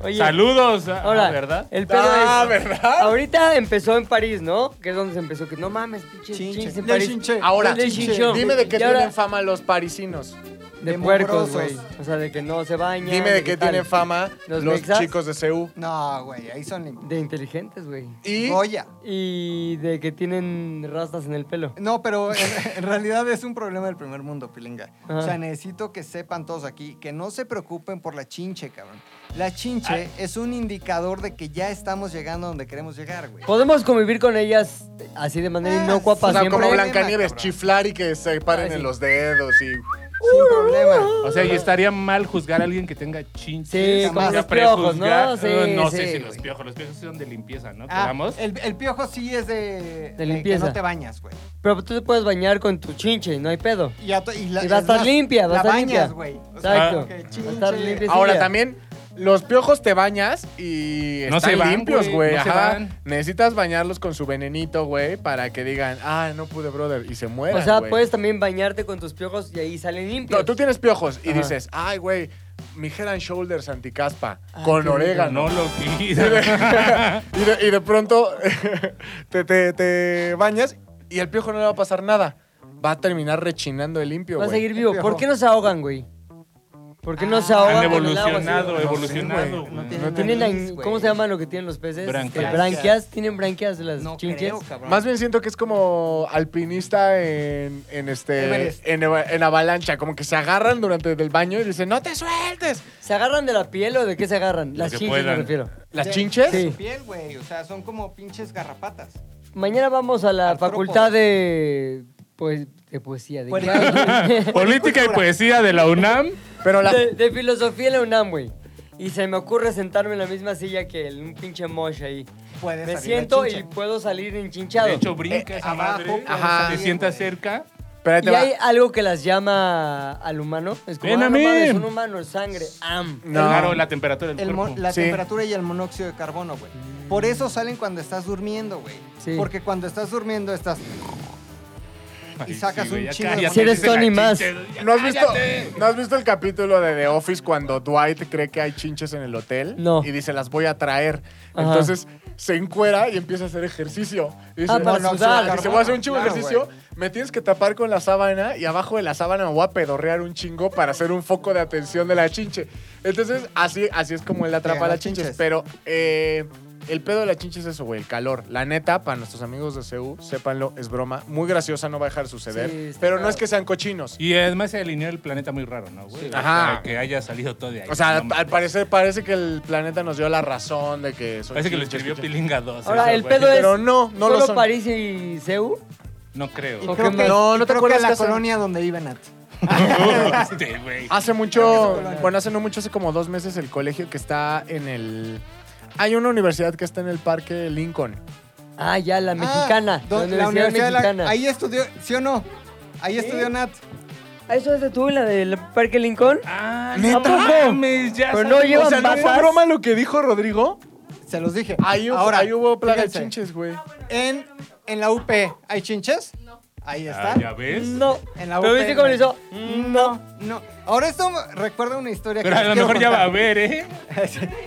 Speaker 1: Oye,
Speaker 2: Saludos, ah,
Speaker 1: Ahora,
Speaker 2: ¿verdad?
Speaker 1: el pedo
Speaker 3: Ah,
Speaker 1: es-
Speaker 3: ¿verdad?
Speaker 1: Ahorita empezó en París, ¿no? Que es donde se empezó. Que no mames, pinche
Speaker 5: Chinche.
Speaker 1: chinches en
Speaker 5: Ya
Speaker 1: París.
Speaker 5: chinche.
Speaker 3: Ahora,
Speaker 1: Ya chinchó.
Speaker 3: dime de qué
Speaker 1: Y ahora,
Speaker 3: tienen fama los parisinos.
Speaker 1: De
Speaker 5: de
Speaker 1: puercos, güey.
Speaker 5: mugrosos.
Speaker 1: O sea, de que no se bañan.
Speaker 3: Dime de qué
Speaker 1: tal.
Speaker 3: tienen fama
Speaker 1: ¿Los
Speaker 3: los,
Speaker 1: mexas?
Speaker 3: chicos de CEU.
Speaker 5: No, güey, ahí son lim-
Speaker 1: De inteligentes, güey.
Speaker 3: Y
Speaker 5: Goya.
Speaker 1: Y de que tienen rastas en el pelo.
Speaker 5: No, pero en, en realidad es un problema del primer mundo, Pilinga.
Speaker 1: Ajá.
Speaker 5: O sea, necesito que sepan todos aquí que no se preocupen por la chinche, cabrón. La chinche es un indicador de que ya estamos llegando a donde queremos llegar, güey.
Speaker 1: Podemos convivir con ellas así de manera
Speaker 5: Ah,
Speaker 1: inocua
Speaker 3: o
Speaker 1: para
Speaker 3: sea,
Speaker 1: siempre.
Speaker 3: como
Speaker 5: Blanca-
Speaker 3: Blancanieves,
Speaker 5: Cabrón.
Speaker 3: chiflar y que se paren
Speaker 1: Ah, sí.
Speaker 3: en los dedos y.
Speaker 5: Sin problema.
Speaker 2: O sea, y estaría mal juzgar a alguien que tenga
Speaker 1: Sí,
Speaker 2: chinches.
Speaker 1: como
Speaker 5: Ya
Speaker 1: los piojos, ¿no? Sí,
Speaker 2: Eh, no
Speaker 1: sí,
Speaker 2: sé si
Speaker 1: güey.
Speaker 2: los piojos, los piojos son de limpieza, ¿no?
Speaker 5: Ah,
Speaker 2: Quedamos.
Speaker 5: el, el piojo sí es de, que
Speaker 1: limpieza.
Speaker 5: no te bañas, güey.
Speaker 1: Pero tú te puedes bañar con tu chinche, no hay pedo.
Speaker 5: Y, a to- y la-
Speaker 1: Y va a
Speaker 5: es
Speaker 1: estar
Speaker 5: más,
Speaker 1: limpia, va a
Speaker 5: la
Speaker 1: estar
Speaker 5: bañas,
Speaker 1: limpia.
Speaker 5: güey. O sea,
Speaker 1: Exacto.
Speaker 2: Ah,
Speaker 5: que
Speaker 1: Va a estar
Speaker 5: chinche. Ah,
Speaker 1: limpio y
Speaker 3: Ahora
Speaker 1: ya.
Speaker 3: también, los piojos te bañas y
Speaker 2: No
Speaker 3: están
Speaker 2: se van,
Speaker 3: limpios,
Speaker 2: güey,
Speaker 3: güey.
Speaker 2: no se
Speaker 3: ajá.
Speaker 2: van.
Speaker 3: Necesitas bañarlos con su venenito, güey, para que digan, ah, no pude, brother, y se mueran.
Speaker 1: O sea,
Speaker 3: güey.
Speaker 1: puedes también bañarte con tus piojos y ahí salen limpios.
Speaker 3: No, tú tienes piojos y
Speaker 1: Ajá.
Speaker 3: dices, ay, güey, mi head and shoulders anticaspa
Speaker 1: Ay,
Speaker 3: con
Speaker 1: qué rico.
Speaker 2: No
Speaker 3: orégano.
Speaker 2: lo
Speaker 3: y, de,
Speaker 2: pidas.
Speaker 3: y de- y de pronto te, te- te bañas y el piojo no le va a pasar nada. Va a terminar rechinando de limpio,
Speaker 1: Va a
Speaker 3: güey.
Speaker 1: seguir vivo.
Speaker 5: Piojo.
Speaker 1: ¿Por qué no se ahogan, güey? ¿Por qué no se
Speaker 5: Ah,
Speaker 1: ahogan?
Speaker 2: Han
Speaker 1: con el agua,
Speaker 2: evolucionado,
Speaker 1: sí?
Speaker 3: güey.
Speaker 2: evolucionado.
Speaker 3: No sé,
Speaker 2: güey.
Speaker 5: tiene
Speaker 3: No
Speaker 1: ¿Tienen
Speaker 5: nariz,
Speaker 1: an-
Speaker 5: güey.
Speaker 1: ¿Cómo se llaman lo que tienen los peces?
Speaker 2: Branquias.
Speaker 1: Este, branquias. ¿Tienen branquias las
Speaker 5: No
Speaker 1: chinches?
Speaker 5: creo, cabrón.
Speaker 3: Más bien siento que es como alpinista en, en este
Speaker 5: Everest.
Speaker 3: en, eva- en avalancha, como que se agarran durante el baño y dicen, "No te sueltes."
Speaker 1: ¿Se agarran de la piel o de qué se agarran?
Speaker 2: Lo
Speaker 1: Las
Speaker 2: que
Speaker 1: chinches me
Speaker 2: puedan.
Speaker 1: refiero.
Speaker 3: ¿Las
Speaker 5: Sí.
Speaker 3: chinches?
Speaker 1: Sí.
Speaker 5: Su piel, güey. O sea, son como pinches garrapatas.
Speaker 1: Mañana vamos a la
Speaker 5: Artrópodos.
Speaker 1: facultad de, pues, de poesía. De, de,
Speaker 2: Política y poesía de la UNAM.
Speaker 3: Pero la
Speaker 1: de filosofía en la UNAM, güey. Y se me ocurre sentarme en la misma silla que el- un pinche mosh ahí.
Speaker 3: pues.
Speaker 5: Puede
Speaker 1: Me
Speaker 5: salir
Speaker 1: siento
Speaker 5: la
Speaker 1: y
Speaker 5: chinche.
Speaker 1: puedo salir enchinchado.
Speaker 2: De hecho, brinca esa
Speaker 5: abajo,
Speaker 2: madre.
Speaker 3: ajá.
Speaker 2: Te sientas cerca.
Speaker 3: pero ahí
Speaker 1: Y
Speaker 3: te va.
Speaker 1: hay algo que las llama al humano. Es como,
Speaker 2: Ven a
Speaker 1: ah, no
Speaker 2: mí.
Speaker 1: mames, un humano, es sangre. Am.
Speaker 3: No.
Speaker 2: Claro, la temperatura del
Speaker 5: El mo-
Speaker 2: cuerpo.
Speaker 5: la
Speaker 3: Sí.
Speaker 5: temperatura y el monóxido de carbono, güey. Por eso salen cuando estás durmiendo, güey.
Speaker 1: Sí.
Speaker 5: Porque cuando estás durmiendo estás...
Speaker 2: Ay,
Speaker 5: y sacas
Speaker 2: güey,
Speaker 5: un
Speaker 2: ya
Speaker 5: chingo de
Speaker 2: cállate,
Speaker 1: Si eres
Speaker 2: dice la
Speaker 1: Tony más.
Speaker 2: chinche, ya
Speaker 3: ¿No has, visto,
Speaker 2: cállate.
Speaker 3: ¿No has visto el capítulo de The Office cuando Dwight cree que hay chinches en el hotel?
Speaker 1: No.
Speaker 3: Y dice, las voy a traer.
Speaker 1: Ajá.
Speaker 3: Entonces se encuera y empieza a hacer ejercicio. Y dice,
Speaker 1: Ah, para
Speaker 3: "Monóxido de
Speaker 1: sudar".
Speaker 3: carbono. Dice, voy a hacer un chingo de
Speaker 5: Claro,
Speaker 3: ejercicio, me tienes que tapar con la sábana y abajo de la sábana me voy a pedorrear un chingo para hacer un foco de atención de la chinche. Entonces así, así es como él atrapa
Speaker 5: Llegan
Speaker 3: a las
Speaker 5: las
Speaker 3: chinches.
Speaker 5: chinches.
Speaker 3: Pero eh, el pedo de la chinche es eso, güey, el calor. La neta, para nuestros amigos de CEU, sépanlo, es broma. Muy graciosa, no va a dejar de suceder.
Speaker 1: Sí, está
Speaker 3: pero no
Speaker 1: claro.
Speaker 3: es que sean cochinos.
Speaker 2: Y además se alineó el planeta muy raro, ¿no, güey? O sea,
Speaker 3: Ajá.
Speaker 2: que haya salido todo de ahí.
Speaker 3: O sea,
Speaker 2: No
Speaker 3: al
Speaker 2: mames.
Speaker 3: parecer parece que el planeta nos dio la razón de que son
Speaker 2: Parece que lo
Speaker 3: chinches,
Speaker 2: escribió
Speaker 3: chinches.
Speaker 2: Pilinga 2.
Speaker 1: Ahora,
Speaker 2: eso,
Speaker 1: el
Speaker 2: güey.
Speaker 1: pedo es...
Speaker 3: Pero no, no
Speaker 1: ¿Solo
Speaker 3: lo son.
Speaker 1: París y Seúl?
Speaker 2: No
Speaker 5: Y
Speaker 2: creo.
Speaker 1: Ok.
Speaker 5: creo
Speaker 1: qué
Speaker 5: que,
Speaker 1: más?
Speaker 3: No,
Speaker 5: y
Speaker 3: ¿no te
Speaker 5: creo
Speaker 3: acuerdas Ah,
Speaker 5: que la
Speaker 3: que hace-
Speaker 5: colonia donde vive Nat.
Speaker 2: Este, güey.
Speaker 3: Hace mucho, bueno, hace no mucho, hace como dos meses el colegio que está en el... Hay una universidad que está en el Parque Lincoln.
Speaker 1: Ah, ya, la
Speaker 5: Ah,
Speaker 1: mexicana.
Speaker 5: do-
Speaker 1: la Universidad
Speaker 5: de la-
Speaker 1: Mexicana.
Speaker 5: Ahí estudió, ¿sí o no? Ahí estudió Nat.
Speaker 1: ¿Eso es de tú, la del Parque Lincoln?
Speaker 2: Ah,
Speaker 1: ¿Neta?
Speaker 2: no mames, ya
Speaker 1: Pero no
Speaker 2: salió.
Speaker 1: llevan
Speaker 3: O sea, ¿no fue
Speaker 1: batas?
Speaker 3: broma lo que dijo Rodrigo?
Speaker 5: Se los dije.
Speaker 3: Ahí hubo,
Speaker 5: Ahora,
Speaker 3: ahí hubo plaga de
Speaker 5: fíjense,
Speaker 3: chinches, güey.
Speaker 5: En, en la UP, ¿hay chinches? No. Ahí
Speaker 2: Ah,
Speaker 5: está.
Speaker 2: ¿Ya ves?
Speaker 1: No.
Speaker 5: En la
Speaker 1: ¿Pero
Speaker 5: UP,
Speaker 1: viste cómo le hizo?
Speaker 5: No, no. Ahora esto me recuerda una historia
Speaker 2: Pero
Speaker 5: que
Speaker 2: a
Speaker 5: les
Speaker 2: lo
Speaker 5: quiero
Speaker 2: mejor ya va a
Speaker 5: contar.
Speaker 2: ver, ¿eh?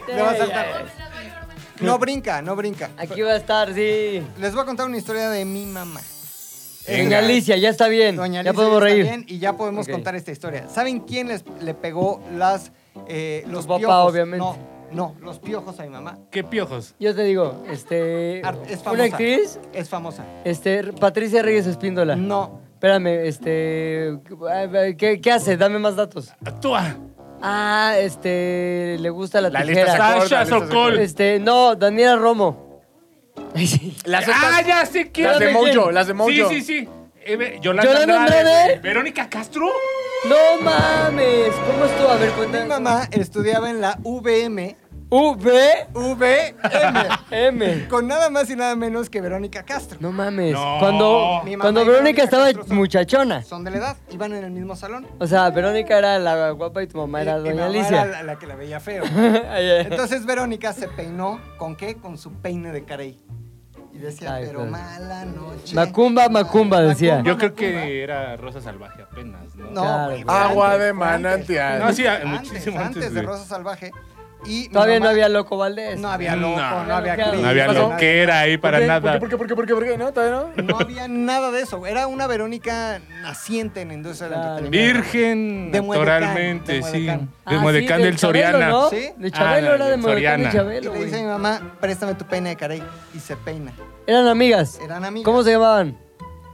Speaker 5: Le va a saltar.
Speaker 4: En el baño no me
Speaker 5: No brinca, no brinca.
Speaker 1: Aquí va a estar, sí.
Speaker 5: Les voy a contar una historia de mi mamá. Este,
Speaker 1: Doña Alicia, ya está bien.
Speaker 5: Doña
Speaker 1: ya
Speaker 5: Alicia
Speaker 1: podemos
Speaker 5: está
Speaker 1: reír.
Speaker 5: bien y ya podemos
Speaker 1: Ok.
Speaker 5: contar esta historia. ¿Saben quién les, le pegó las, eh, los
Speaker 1: Tu papá,
Speaker 5: piojos?
Speaker 1: obviamente.
Speaker 5: No, no, los piojos a mi mamá.
Speaker 2: ¿Qué piojos?
Speaker 1: Yo te digo, este.
Speaker 5: Ar- es famosa.
Speaker 1: ¿Una actriz?
Speaker 5: Es famosa.
Speaker 1: Este, Patricia Reyes Espíndola.
Speaker 5: No.
Speaker 1: Espérame, este. ¿Qué, qué hace? Dame más datos.
Speaker 2: Actúa. Ah,
Speaker 1: Ah, este. Le gusta la,
Speaker 3: La lista se
Speaker 1: tijera.
Speaker 3: acaba.
Speaker 2: Sasha
Speaker 3: Sasha
Speaker 2: Sokol.
Speaker 1: Este, no, Daniela Romo. Ay, sí.
Speaker 3: Las
Speaker 2: ah,
Speaker 3: otras-
Speaker 2: ya sé quién.
Speaker 3: las de
Speaker 1: dame
Speaker 3: Mojo,
Speaker 1: quién.
Speaker 3: las de Mojo.
Speaker 2: Sí, sí, sí. Eve- Yolanda,
Speaker 1: Yolanda
Speaker 2: Andrade.
Speaker 1: Andrade.
Speaker 2: güey. ¿Verónica Castro?
Speaker 1: No mames. ¿Cómo estuvo? A ver,
Speaker 5: Mi
Speaker 1: cuéntame.
Speaker 5: mamá estudiaba en la VM.
Speaker 1: V
Speaker 5: VM.
Speaker 1: M.
Speaker 5: con nada más y nada menos que Verónica Castro.
Speaker 1: No mames.
Speaker 2: No.
Speaker 1: Cuando,
Speaker 5: Mi mamá
Speaker 1: cuando
Speaker 5: y Verónica
Speaker 1: Verónica estaba
Speaker 5: Castro son-
Speaker 1: muchachona.
Speaker 5: Son de la edad, iban en el mismo salón.
Speaker 1: O sea, Verónica era la guapa y tu mamá era
Speaker 5: Y- y mi
Speaker 1: doña
Speaker 5: mamá Era
Speaker 1: Alicia.
Speaker 5: la, la que la veía feo.
Speaker 1: Ay, ay.
Speaker 5: Entonces Verónica se peinó, ¿con qué? Con su peine de carey. Y decía,
Speaker 1: Ay,
Speaker 5: pero
Speaker 1: pues.
Speaker 5: mala noche.
Speaker 1: Macumba, macumba, decía.
Speaker 2: Yo creo Ah, que era Rosa Salvaje apenas, ¿no?
Speaker 5: No,
Speaker 1: Claro,
Speaker 5: güey,
Speaker 1: güey.
Speaker 3: Agua
Speaker 5: antes,
Speaker 3: de
Speaker 5: antes,
Speaker 3: manantial.
Speaker 5: antes,
Speaker 2: No, sí,
Speaker 5: antes,
Speaker 2: muchísimo
Speaker 5: antes.
Speaker 2: antes,
Speaker 5: de
Speaker 2: güey.
Speaker 5: Rosa Salvaje. Y mi
Speaker 1: Todavía
Speaker 5: mamá-
Speaker 1: no había Loco Valdés.
Speaker 5: No había loco, no,
Speaker 2: No,
Speaker 5: había
Speaker 1: no había-
Speaker 5: Cris,
Speaker 2: No había
Speaker 3: ¿Qué pasó?
Speaker 2: lo que era ahí para
Speaker 3: ¿Por qué?
Speaker 2: nada.
Speaker 3: ¿Por qué, por qué, por qué, por qué, por qué? ¿No? ¿Todavía no?
Speaker 5: No había nada de eso. Era una Verónica naciente en la industria del
Speaker 1: Claro.
Speaker 5: entretenimiento.
Speaker 2: Virgen,
Speaker 5: De Muedecán,
Speaker 2: naturalmente,
Speaker 5: de Muedecán.
Speaker 2: sí. De
Speaker 1: Ah,
Speaker 2: Muedecán
Speaker 1: sí,
Speaker 2: del
Speaker 1: Chabelo,
Speaker 2: Soriana.
Speaker 1: ¿no?
Speaker 5: Sí.
Speaker 1: De Chabelo,
Speaker 2: Ah, no,
Speaker 1: era de
Speaker 2: del
Speaker 1: Muedecán y
Speaker 2: Soriana.
Speaker 5: Y
Speaker 1: Chabelo,
Speaker 5: le
Speaker 1: güey.
Speaker 5: dice a mi mamá, préstame tu peine de carey. Y se peina.
Speaker 1: Eran amigas.
Speaker 5: Eran amigas.
Speaker 1: ¿Cómo se llamaban?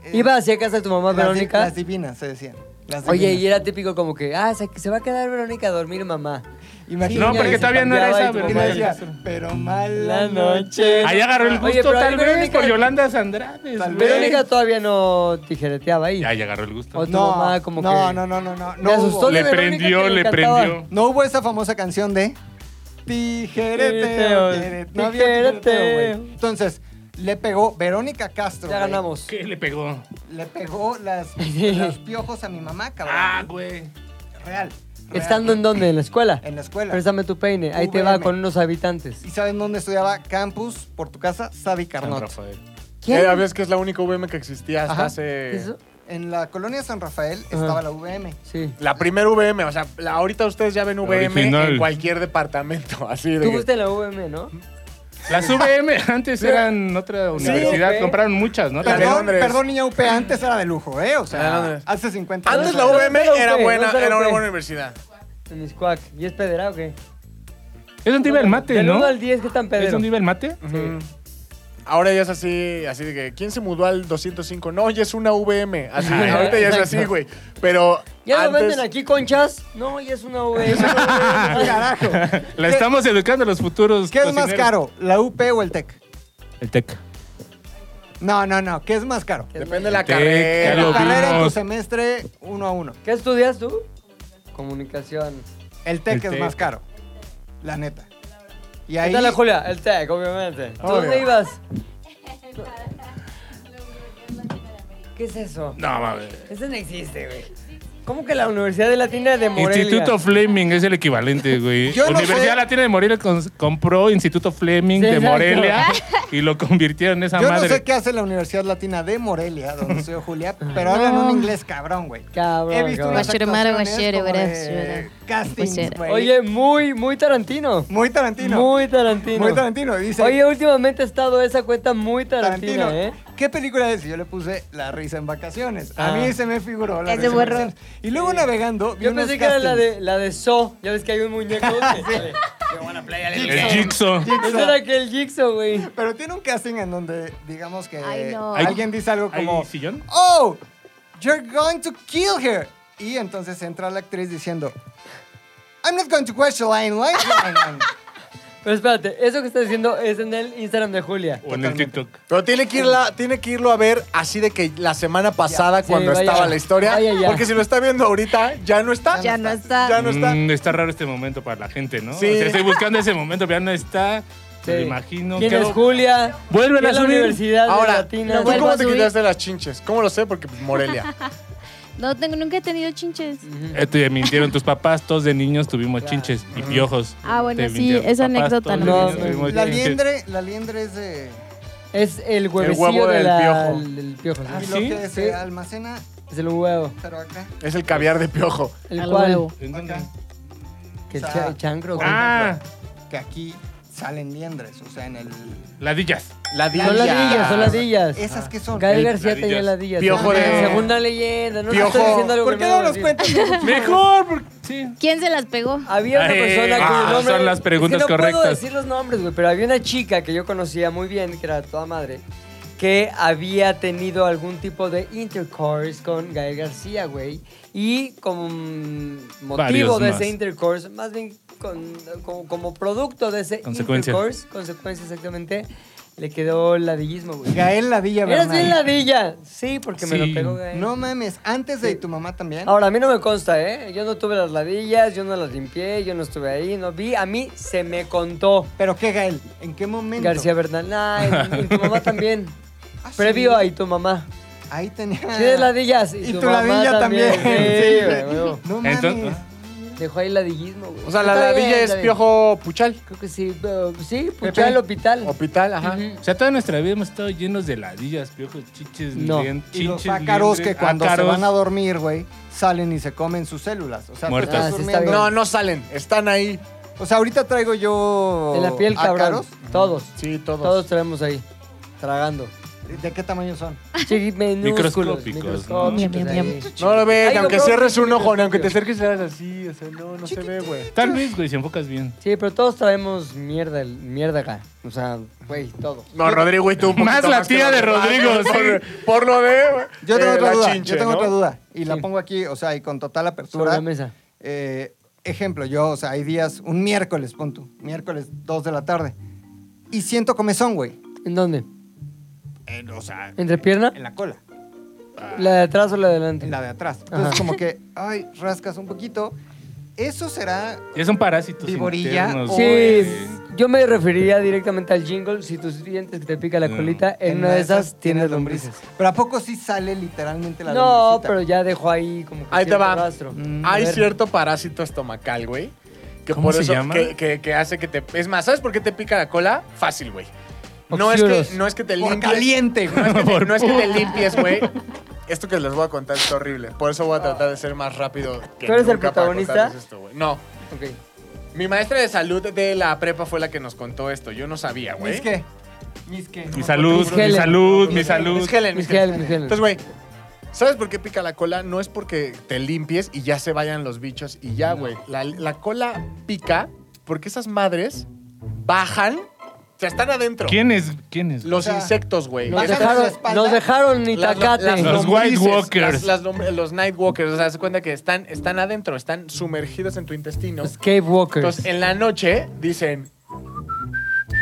Speaker 5: Eh,
Speaker 1: Iba hacia casa de tu mamá,
Speaker 5: las di-
Speaker 1: Verónica.
Speaker 5: Las divinas, se decían. Las
Speaker 1: Oye, y
Speaker 5: divinas.
Speaker 1: era típico como que, ah, se, se va a quedar Verónica a dormir, mamá.
Speaker 5: Imagínate.
Speaker 2: No,
Speaker 1: Sí, ya
Speaker 2: porque
Speaker 1: se
Speaker 2: todavía no era
Speaker 1: cambiaba y
Speaker 2: esa
Speaker 1: tu
Speaker 5: Y
Speaker 1: mamá
Speaker 5: le
Speaker 1: del
Speaker 5: decía,
Speaker 2: Verónica.
Speaker 5: pero mala
Speaker 1: La
Speaker 5: noche.
Speaker 1: noche.
Speaker 2: Ahí agarró el
Speaker 1: Oye,
Speaker 2: gusto,
Speaker 1: pero ahí
Speaker 2: tal vez,
Speaker 1: Verónica-
Speaker 2: por Yolanda Andrade.
Speaker 5: Tal
Speaker 2: güey.
Speaker 1: Verónica todavía no tijereteaba ahí.
Speaker 2: Ahí agarró el gusto.
Speaker 1: O- tu mamá como
Speaker 5: no,
Speaker 1: que-
Speaker 5: no, no, no, no.
Speaker 1: Me
Speaker 5: No
Speaker 1: asustó
Speaker 5: hubo,
Speaker 1: de
Speaker 2: Le
Speaker 1: Verónica
Speaker 2: prendió,
Speaker 1: que le
Speaker 2: le
Speaker 1: encantaba.
Speaker 2: prendió.
Speaker 5: no hubo esa famosa canción de
Speaker 1: Tijereteo,
Speaker 5: Tijereteo. tijereteo. No había tijereteo, güey.
Speaker 1: tijereteo.
Speaker 5: Entonces, le pegó Verónica Castro.
Speaker 1: Ya
Speaker 5: güey.
Speaker 1: ganamos.
Speaker 2: ¿Qué le pegó?
Speaker 5: Le pegó las, los piojos a mi mamá, cabrón.
Speaker 2: Ah, güey.
Speaker 5: Real. real.
Speaker 1: ¿Estando en dónde? ¿En la escuela?
Speaker 5: En la escuela.
Speaker 1: Préstame tu peine. Ahí te va
Speaker 5: VM.
Speaker 1: con unos habitantes.
Speaker 5: ¿Y saben dónde estudiaba Campus por tu casa? Sabi
Speaker 2: San
Speaker 5: Carnot.
Speaker 2: Rafael.
Speaker 1: ¿Quién?
Speaker 3: Era, ves que es la única VM que existía hasta
Speaker 5: Ajá.
Speaker 3: hace...
Speaker 1: ¿Eso?
Speaker 5: En la colonia San Rafael estaba la VM.
Speaker 1: Sí.
Speaker 3: La primera VM, o sea, la- ahorita ustedes ya ven VM
Speaker 2: original.
Speaker 3: en cualquier departamento, así de...
Speaker 1: Tú
Speaker 3: que-
Speaker 1: fuiste en la VM, ¿no?
Speaker 2: Las UVM antes eran otra universidad.
Speaker 1: ok.
Speaker 2: Compraron muchas, ¿no?
Speaker 3: La de
Speaker 5: Perdón,
Speaker 3: Londres.
Speaker 5: perdón, niña UP, antes era de lujo, ¿eh? O
Speaker 3: La de
Speaker 5: sea,
Speaker 3: Londres.
Speaker 5: hace 50 años.
Speaker 3: Antes la
Speaker 5: era-
Speaker 3: VM
Speaker 1: No se lo
Speaker 3: era
Speaker 1: fue,
Speaker 3: buena,
Speaker 1: no se lo
Speaker 3: era una
Speaker 1: fue.
Speaker 3: buena universidad.
Speaker 1: En Iscuac. ¿Y es pedera o qué?
Speaker 2: Es donde iba el mate,
Speaker 1: Del
Speaker 2: ¿no?
Speaker 1: 1 al 10, ¿qué tan
Speaker 2: ¿Es
Speaker 1: pedero?
Speaker 2: donde iba el mate?
Speaker 3: Ujú. Ahora ya es así, así de que, ¿quién se mudó al 205? No, ya es una VM. Así,
Speaker 2: Ah,
Speaker 1: Ajá,
Speaker 3: ahorita ya es
Speaker 1: exacto.
Speaker 3: así, güey. Pero
Speaker 1: ¿Ya lo
Speaker 3: antes-
Speaker 1: venden aquí, conchas? No, ya es una VM.
Speaker 5: Carajo.
Speaker 2: La estamos educando a los futuros.
Speaker 5: ¿Qué es más
Speaker 2: cocineros.
Speaker 5: caro, la UP o el TEC?
Speaker 2: El TEC.
Speaker 5: No, no, no. ¿Qué es más caro?
Speaker 3: Depende de la
Speaker 2: Tec,
Speaker 5: La
Speaker 2: ya
Speaker 3: carrera.
Speaker 2: lo
Speaker 5: carrera en tu
Speaker 2: vimos.
Speaker 5: semestre uno a uno.
Speaker 1: ¿Qué estudias tú? Comunicación.
Speaker 5: El TEC
Speaker 2: El
Speaker 5: es
Speaker 2: TEC.
Speaker 5: más caro. La neta. Y
Speaker 1: ¿Qué
Speaker 5: ahí.
Speaker 1: tal la Julia? El TEC, obviamente. ¿Tú ¿Dónde
Speaker 5: Obvio.
Speaker 1: ibas? ¿Qué es eso?
Speaker 2: No, mames.
Speaker 1: Eso no existe, güey. ¿Cómo que la Universidad de Latina de Morelia?
Speaker 2: Instituto Fleming es el equivalente, güey.
Speaker 5: Yo no
Speaker 2: Universidad
Speaker 5: sé.
Speaker 2: Latina de Morelia cons- compró Instituto Fleming
Speaker 1: Sí,
Speaker 2: de
Speaker 1: exacto.
Speaker 2: Morelia y lo convirtieron en esa
Speaker 5: Yo
Speaker 2: madre.
Speaker 5: no sé qué hace la Universidad Latina de Morelia, donde estudió Julia, pero hablan un inglés cabrón, güey.
Speaker 1: Cabrón,
Speaker 5: He visto
Speaker 1: cabrón.
Speaker 5: unas
Speaker 6: Guachero, maro,
Speaker 5: actuaciones
Speaker 6: guachero,
Speaker 5: como de
Speaker 6: guachero.
Speaker 5: castings,
Speaker 6: Guachero.
Speaker 5: güey.
Speaker 1: Oye, muy, muy Tarantino.
Speaker 5: muy Tarantino.
Speaker 1: Muy Tarantino.
Speaker 5: Muy Tarantino, dice.
Speaker 1: Oye, últimamente ha estado esa cuenta muy Tarantina, ¿eh?
Speaker 5: ¿Qué película es? Y Yo le puse La risa en vacaciones.
Speaker 1: Ah.
Speaker 5: A mí se me figuró La
Speaker 6: Ese
Speaker 5: risa en
Speaker 6: borró.
Speaker 5: vacaciones. Y luego navegando vi
Speaker 1: Yo
Speaker 5: unos
Speaker 1: pensé que era la
Speaker 5: castings.
Speaker 1: de, la de So. Ya ves que hay un muñeco. que sale.
Speaker 2: El Jigsaw.
Speaker 1: Ese era aquel Jigsaw, güey.
Speaker 5: Pero tiene un casting en donde, digamos que
Speaker 6: Ay, no.
Speaker 5: alguien dice algo
Speaker 2: ¿Hay
Speaker 5: como,
Speaker 2: sillón?
Speaker 5: oh, you're going to kill her. Y entonces entra la actriz diciendo, I'm not going to question line, line, line, line.
Speaker 1: Pero espérate, eso que estás diciendo es en el Instagram de Julia.
Speaker 2: O en el TikTok.
Speaker 3: Pero tiene que, irla, tiene que irlo a ver así de que la semana pasada
Speaker 1: Sí,
Speaker 3: cuando
Speaker 1: vaya.
Speaker 3: estaba la historia.
Speaker 1: Vaya ya.
Speaker 3: Porque si lo está viendo ahorita, ya no está.
Speaker 6: Ya no está.
Speaker 3: Ya no está.
Speaker 2: Mm, está raro este momento para la gente, ¿no?
Speaker 3: Sí.
Speaker 2: O sea, estoy buscando ese momento, pero ya no está.
Speaker 1: Sí.
Speaker 2: Me lo imagino.
Speaker 1: ¿Quién
Speaker 2: Quedó-
Speaker 1: es Julia?
Speaker 2: Vuelven
Speaker 1: ¿Quién
Speaker 2: a
Speaker 1: es la
Speaker 2: subir.
Speaker 1: Universidad de
Speaker 3: Ahora,
Speaker 1: Latina?
Speaker 6: lo
Speaker 3: ¿tú
Speaker 6: vuelvo
Speaker 3: cómo
Speaker 6: a
Speaker 3: te
Speaker 6: subir.
Speaker 3: quitaste las chinches? ¿Cómo lo sé? Porque pues, Morelia.
Speaker 6: No tengo, nunca he tenido chinches.
Speaker 2: Eh, Te mintieron tus papás, todos de niños tuvimos chinches y piojos.
Speaker 6: Ah, bueno,
Speaker 2: Te
Speaker 6: sí,
Speaker 2: mintieron tus
Speaker 6: esa
Speaker 2: papás,
Speaker 6: anécdota
Speaker 2: todos
Speaker 1: no me
Speaker 2: de niños
Speaker 1: sé.
Speaker 2: tuvimos
Speaker 5: La
Speaker 2: chinches.
Speaker 5: liendre, la liendre es de...
Speaker 1: Es el huevecillo
Speaker 3: huevo
Speaker 1: de
Speaker 3: del
Speaker 1: la-
Speaker 3: piojo.
Speaker 1: el- el piojo, sí.
Speaker 5: y
Speaker 2: ¿Ah, sí?
Speaker 5: Ah, lo que
Speaker 1: Sí.
Speaker 5: se almacena,
Speaker 1: Es el huevo.
Speaker 5: pero acá.
Speaker 3: Es el caviar de piojo.
Speaker 1: El
Speaker 6: Al
Speaker 1: cual.
Speaker 6: huevo.
Speaker 2: ¿En dónde?
Speaker 5: Acá.
Speaker 1: Que el
Speaker 5: O sea,
Speaker 1: cha- chancro. güey.
Speaker 2: Ah,
Speaker 5: Que aquí se salen liendres, o sea, en el...
Speaker 2: Ladillas.
Speaker 1: Son ladillas, son ladillas.
Speaker 5: ¿Esas que son?
Speaker 1: Gael García tenía
Speaker 2: Ladillas.
Speaker 1: ladillas.
Speaker 3: Piojo
Speaker 1: ¿no?
Speaker 3: de-
Speaker 1: Segunda leyenda. No, no
Speaker 3: Piojo.
Speaker 1: estoy diciendo algo
Speaker 5: ¿Por
Speaker 1: que
Speaker 5: qué
Speaker 1: voy
Speaker 5: no
Speaker 1: a
Speaker 5: nos
Speaker 1: decir.
Speaker 5: cuentas?
Speaker 2: Mejor, porque sí.
Speaker 6: ¿Quién se las pegó?
Speaker 1: Había una
Speaker 2: Ay,
Speaker 1: persona que
Speaker 2: ah, son las preguntas
Speaker 1: es que no puedo
Speaker 2: correctas.
Speaker 1: decir los nombres, güey, pero había una chica que yo conocía muy bien, que era toda madre, que había tenido algún tipo de intercourse con Gael García, güey. Y como mm, motivo
Speaker 2: Varios
Speaker 1: de
Speaker 2: más.
Speaker 1: ese intercourse, más bien con- como, como producto de ese
Speaker 2: Consecuencia.
Speaker 1: intercourse, consecuencia exactamente, le quedó el ladillismo, güey.
Speaker 5: Gael Ladilla
Speaker 1: Eras bien
Speaker 5: Bernal.
Speaker 1: ladilla. Sí, porque me
Speaker 2: Sí.
Speaker 1: lo pegó Gael.
Speaker 5: No mames, antes de tu mamá también.
Speaker 1: Ahora, a mí no me consta, ¿eh? Yo no tuve las ladillas, yo no las limpié, yo no estuve ahí, no vi. A mí se me contó
Speaker 5: ¿Pero qué, Gael? ¿En qué momento?
Speaker 1: García Bernal. Nah, y, y tu mamá también.
Speaker 5: Ah, sí.
Speaker 1: Previo a y tu mamá.
Speaker 5: Ahí tenía...
Speaker 1: Sí, de ladillas. Y,
Speaker 5: Y
Speaker 1: tu,
Speaker 5: tu
Speaker 1: mamá
Speaker 5: ladilla también.
Speaker 1: Sí,
Speaker 5: Sí.
Speaker 1: güey, güey.
Speaker 5: No mames.
Speaker 2: Entonces-
Speaker 3: ah,
Speaker 1: Dejó ahí ladillismo, güey.
Speaker 3: O sea, la
Speaker 1: Está bien,
Speaker 3: ladilla es
Speaker 1: está bien.
Speaker 3: piojo puchal.
Speaker 1: Creo que sí. pero- sí, Puchal, Hospital.
Speaker 3: O pital, ajá.
Speaker 1: Ujú.
Speaker 2: O sea, toda nuestra vida hemos estado llenos de ladillas, piojos, chiches,
Speaker 1: No.
Speaker 2: lien-
Speaker 5: Y los
Speaker 2: chinches,
Speaker 5: ácaros que
Speaker 2: liendres,
Speaker 5: cuando
Speaker 2: ácaros.
Speaker 5: se van a dormir, güey, salen y se comen sus células. O sea, tú
Speaker 2: Muertas.
Speaker 5: estás
Speaker 1: Ah, sí, está bien.
Speaker 5: durmiendo.
Speaker 3: No, no salen. Están ahí.
Speaker 5: O sea, ahorita traigo yo.
Speaker 1: En la piel, cabrón.
Speaker 5: ácaros.
Speaker 1: Todos.
Speaker 3: Sí, todos.
Speaker 1: Todos traemos ahí. Tragando.
Speaker 5: ¿De qué tamaño son?
Speaker 1: Chiqui- minúsculos,
Speaker 2: Microscópicos, ¿no?
Speaker 1: microscópicos
Speaker 6: Miam, miam,
Speaker 1: ahí.
Speaker 3: No lo ves,
Speaker 1: Ay,
Speaker 3: aunque
Speaker 1: cabrón,
Speaker 3: cierres un ojo,
Speaker 1: microscopio.
Speaker 3: aunque te acerques y hagas así, o sea, no, no se ve, güey.
Speaker 2: Tal vez, güey, si enfocas bien.
Speaker 1: Sí, pero todos traemos mierda, mierda acá. O sea, güey, todo.
Speaker 3: No, Rodrigo y tú un
Speaker 2: Más
Speaker 3: poquito
Speaker 2: la
Speaker 3: que
Speaker 2: tía de
Speaker 3: nosotros.
Speaker 2: Rodrigo,
Speaker 3: Ah, por-
Speaker 2: sí.
Speaker 3: Por lo de.
Speaker 5: Yo tengo
Speaker 3: eh,
Speaker 5: otra
Speaker 3: la
Speaker 5: duda.
Speaker 3: chinche,
Speaker 5: yo tengo
Speaker 3: ¿no?
Speaker 5: otra duda. Y la
Speaker 1: Sí.
Speaker 5: pongo aquí, o sea, y con total
Speaker 1: Sobre
Speaker 5: apertura.
Speaker 1: la mesa.
Speaker 5: Eh, ejemplo, yo, o sea, hay días, un miércoles, pon tú, miércoles 2 de la tarde. Y siento comezón, güey.
Speaker 1: ¿En dónde?
Speaker 5: En- o sea,
Speaker 1: ¿Entre pierna?
Speaker 5: en la cola,
Speaker 1: ¿La de atrás o la de adelante?
Speaker 5: en la de atrás. Entonces,
Speaker 1: Ajá.
Speaker 5: como que, ay, rascas un poquito. Eso será.
Speaker 2: Ya son parásitos
Speaker 5: Viborilla
Speaker 2: internos,
Speaker 5: o
Speaker 1: Sí,
Speaker 2: güey.
Speaker 1: yo me referiría directamente al jingle. Si tus dientes que te pica la
Speaker 2: No.
Speaker 1: colita, en, una de esas tienes lombrices.
Speaker 5: Pero ¿a poco sí sale literalmente la
Speaker 1: No,
Speaker 5: lombricita?
Speaker 1: pero ya dejo ahí como que
Speaker 3: Ahí te
Speaker 1: cierto
Speaker 3: va.
Speaker 1: rastro.
Speaker 5: Mm,
Speaker 3: Hay
Speaker 1: A ver.
Speaker 3: cierto parásito estomacal, güey. Que
Speaker 2: ¿Cómo
Speaker 3: por
Speaker 2: se
Speaker 3: eso,
Speaker 2: llama?
Speaker 3: Que, que- que hace que te. Es más, ¿sabes por qué te pica la cola? Fácil, güey. No es,
Speaker 1: Oxiuros.
Speaker 3: que, no es que te
Speaker 5: Por
Speaker 3: limpies.
Speaker 5: caliente, güey.
Speaker 3: No es que te, no es que te limpies, güey. Esto que les voy a contar está horrible. Por eso voy a tratar de ser más rápido. Que
Speaker 1: ¿Tú eres el
Speaker 3: nunca para
Speaker 1: protagonista?
Speaker 3: contarles esto, güey. no.
Speaker 1: Ok.
Speaker 3: Mi maestra de salud de la prepa fue la que nos contó esto. Yo no sabía, güey.
Speaker 5: Mis que. Mis que.
Speaker 2: Mi salud,
Speaker 1: Mis
Speaker 2: mi
Speaker 1: Helen.
Speaker 2: salud, mi
Speaker 3: Mis
Speaker 2: salud.
Speaker 3: Mis Helen,
Speaker 1: Mis
Speaker 3: mis
Speaker 1: geles,
Speaker 3: Helen.
Speaker 1: mis geles.
Speaker 3: Entonces, güey, ¿sabes por qué pica la cola? No es porque te limpies y ya se vayan los bichos y ya, güey. La, la cola pica porque esas madres bajan, o sea, están adentro.
Speaker 2: ¿Quién es? ¿Quién es?
Speaker 3: Los
Speaker 5: O sea,
Speaker 3: insectos, güey.
Speaker 1: Nos
Speaker 5: ¿Bajas
Speaker 3: Esas-
Speaker 5: la
Speaker 1: dejaron,
Speaker 5: espalda?
Speaker 1: nos dejaron ni
Speaker 3: las-
Speaker 1: tacate.
Speaker 3: las
Speaker 2: Los
Speaker 3: lombrices,
Speaker 2: White Walkers.
Speaker 3: las- las lom- los Night Walkers. O sea, se cuenta que están, están adentro, están sumergidos en tu intestino.
Speaker 1: Los Cave Walkers.
Speaker 3: Entonces, en la noche dicen.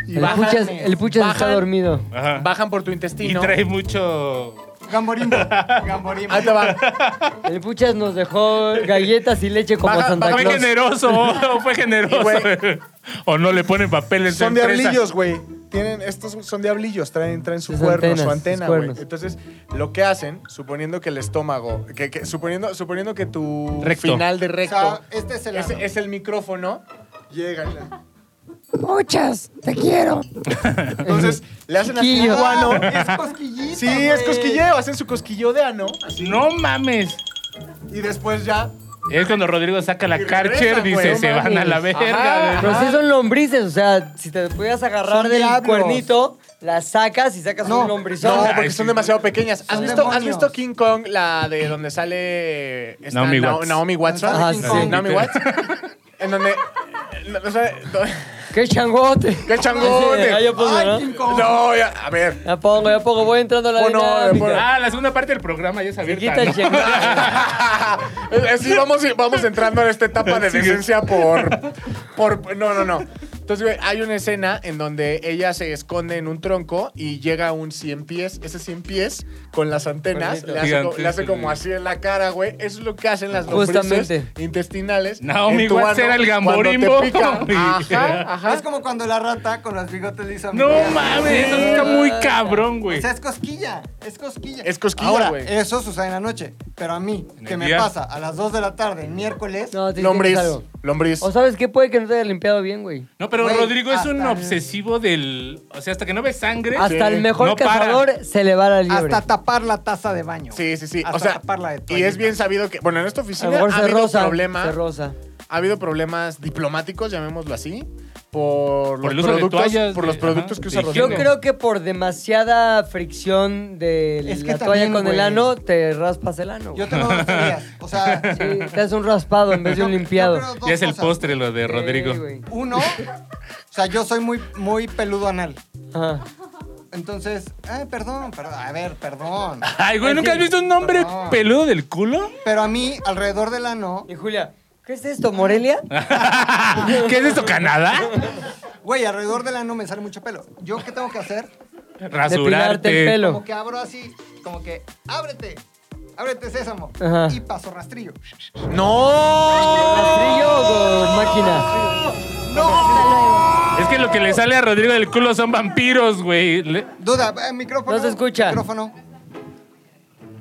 Speaker 3: y
Speaker 1: el,
Speaker 3: bajan-
Speaker 1: puchas, el Puchas está
Speaker 3: bajan-
Speaker 1: dormido.
Speaker 2: Ajá.
Speaker 3: Bajan por tu
Speaker 2: y
Speaker 3: intestino.
Speaker 2: trae mucho.
Speaker 5: Gamborimbo. Gamborimbo.
Speaker 3: Ahí te va.
Speaker 1: El Puchas nos dejó galletas y leche como
Speaker 3: Baja-
Speaker 1: Santa
Speaker 3: baja-
Speaker 2: Fue
Speaker 1: Claus.
Speaker 2: generoso, fue generoso. o no le ponen papel en su
Speaker 3: Son
Speaker 2: empresa.
Speaker 3: diablillos, güey. Tienen, estos son diablillos, traen, traen su
Speaker 1: Sus
Speaker 3: cuerno, su
Speaker 1: antenas,
Speaker 3: antena,
Speaker 1: sus
Speaker 3: güey.
Speaker 1: cuernos.
Speaker 3: Entonces, lo que hacen, suponiendo que el estómago, que, que- suponiendo, suponiendo que tu
Speaker 2: Recto.
Speaker 3: final de
Speaker 5: O
Speaker 3: recto
Speaker 5: sea, este es el.
Speaker 3: es,
Speaker 5: ano.
Speaker 3: es el micrófono, llegan.
Speaker 1: Puchas, te quiero.
Speaker 3: Entonces, le hacen así
Speaker 1: Cosquillo.
Speaker 3: su ano.
Speaker 5: Ah, Es cosquillita.
Speaker 3: Sí, es
Speaker 5: güey.
Speaker 3: cosquilleo, hacen su cosquilleo de ano.
Speaker 2: No mames.
Speaker 3: Y después ya.
Speaker 2: Es cuando Rodrigo saca la
Speaker 3: Y
Speaker 2: Karcher,
Speaker 3: regresan, güey,
Speaker 2: dice,
Speaker 3: no
Speaker 2: se van a la
Speaker 3: mames.
Speaker 2: verga.
Speaker 3: Ajá.
Speaker 2: güey".
Speaker 1: Ah, Pero sí son lombrices, o sea, si te pudieras agarrar
Speaker 5: Son
Speaker 1: del
Speaker 5: diablos.
Speaker 1: cuernito, la sacas y sacas
Speaker 5: No,
Speaker 1: un
Speaker 3: No,
Speaker 1: lombrizón.
Speaker 2: Ay,
Speaker 3: porque
Speaker 2: sí.
Speaker 3: son demasiado pequeñas. ¿Has
Speaker 5: Son
Speaker 3: visto, ¿Has
Speaker 5: demonios.
Speaker 3: visto King Kong, la de donde sale esta
Speaker 2: Naomi
Speaker 3: Na-
Speaker 2: Watts.
Speaker 3: Naomi Watson?
Speaker 1: Ajá, sí.
Speaker 3: Naomi Watts. En donde. o sea,
Speaker 1: ¡Qué changote!
Speaker 3: ¡Qué changote!
Speaker 1: Ah, ya pongo,
Speaker 5: Ay,
Speaker 1: ¿no?
Speaker 5: King Kong.
Speaker 3: No, ya, a ver.
Speaker 1: Ya pongo, ya pongo, voy entrando a la
Speaker 3: Pon orden, pon
Speaker 1: dinámica.
Speaker 2: Ah, la segunda parte del programa ya es
Speaker 1: Se
Speaker 2: abierta.
Speaker 1: quita el
Speaker 2: ¿no?
Speaker 1: changote.
Speaker 3: Sí, vamos, vamos entrando en esta etapa de
Speaker 2: Sí.
Speaker 3: decencia por, por. No, no, no. Entonces, güey, hay una escena en donde ella se esconde en un tronco y llega un 100 pies. Ese 100 pies con las antenas
Speaker 1: Bonito.
Speaker 3: le hace, co-
Speaker 2: Gigante,
Speaker 3: le hace como
Speaker 2: güey.
Speaker 3: así en la cara, güey. Eso es lo que hacen las lombrices
Speaker 1: Justamente.
Speaker 3: intestinales.
Speaker 2: Naomi
Speaker 3: en tu
Speaker 2: Watts
Speaker 3: ano
Speaker 2: era el
Speaker 3: cuando te
Speaker 2: gamborimbo.
Speaker 3: pica. Ajá,
Speaker 5: Es
Speaker 3: ajá.
Speaker 5: como cuando la rata con los bigotes le hizo. a mi
Speaker 2: No
Speaker 5: tía.
Speaker 2: mames, eso está muy cabrón, güey.
Speaker 5: O sea, es cosquilla. Es cosquilla.
Speaker 3: Es cosquilla,
Speaker 5: Ahora,
Speaker 3: güey.
Speaker 5: eso sucede en la noche. Pero a mí,
Speaker 2: En
Speaker 5: que
Speaker 2: el
Speaker 5: me
Speaker 2: día.
Speaker 5: pasa a las 2 de la tarde, el miércoles.
Speaker 1: No, te
Speaker 3: Lombriz.
Speaker 1: algo.
Speaker 3: Lombriz.
Speaker 1: O sabes qué puede que no te haya limpiado bien, güey.
Speaker 2: No, pero
Speaker 5: Güey,
Speaker 2: Rodrigo es un
Speaker 5: hasta-
Speaker 2: obsesivo del. O sea, hasta que no ve sangre.
Speaker 1: Hasta el mejor
Speaker 2: No para.
Speaker 1: cazador se le va la liebre.
Speaker 5: Hasta tapar la taza de baño.
Speaker 3: Sí, sí, sí.
Speaker 5: Hasta
Speaker 3: o sea,
Speaker 5: taparla de
Speaker 3: y
Speaker 5: toallita.
Speaker 3: es bien sabido que, bueno, en esta
Speaker 1: a lo
Speaker 3: oficina
Speaker 1: mejor
Speaker 3: ha
Speaker 1: se
Speaker 3: habido
Speaker 1: rosa,
Speaker 3: problemas,
Speaker 1: se rosa.
Speaker 3: ha habido problemas diplomáticos, llamémoslo así, por,
Speaker 2: Por el
Speaker 3: los
Speaker 2: uso de
Speaker 3: productos,
Speaker 2: toallas,
Speaker 3: por
Speaker 2: de-
Speaker 3: los productos
Speaker 2: ajá,
Speaker 3: que
Speaker 2: de
Speaker 3: usa
Speaker 1: Yo
Speaker 2: higiene.
Speaker 3: Rodrigo.
Speaker 1: creo que por demasiada fricción de
Speaker 5: Es que
Speaker 1: la toalla
Speaker 5: también,
Speaker 1: con el
Speaker 5: güey.
Speaker 1: ano, te raspas el ano.
Speaker 5: Yo
Speaker 1: güey.
Speaker 5: tengo dos teorías. O sea,
Speaker 1: Oh. Sí, te haces un raspado en vez de un
Speaker 5: yo- yo
Speaker 1: limpiado.
Speaker 5: creo dos
Speaker 2: Ya es el
Speaker 5: cosas.
Speaker 2: postre lo de Rodrigo.
Speaker 1: Sí, güey.
Speaker 5: Uno, o sea, yo soy muy, muy peludo anal.
Speaker 1: Ajá.
Speaker 5: Entonces, ay, perdón, perdón, a ver, perdón.
Speaker 2: Ay, güey, ¿nunca has visto un hombre
Speaker 5: Perdón.
Speaker 2: peludo del culo?
Speaker 5: Pero a mí, alrededor del ano,
Speaker 1: Y Julia, ¿qué es esto, Morelia?
Speaker 2: ¿Qué es esto, Canadá?
Speaker 5: güey, alrededor del ano me sale mucho pelo. ¿Yo qué tengo que hacer?
Speaker 2: Rasurarte.
Speaker 1: Depilarte el pelo.
Speaker 5: Como que abro así, como que, ábrete, ábrete, sésamo.
Speaker 1: Ajá.
Speaker 5: Y paso rastrillo.
Speaker 1: ¿Rastrillo o máquina?
Speaker 2: Es que lo que le sale a Rodrigo del culo son vampiros, güey. Le-
Speaker 5: Duda, eh, micrófono.
Speaker 1: No se escucha.
Speaker 5: Micrófono.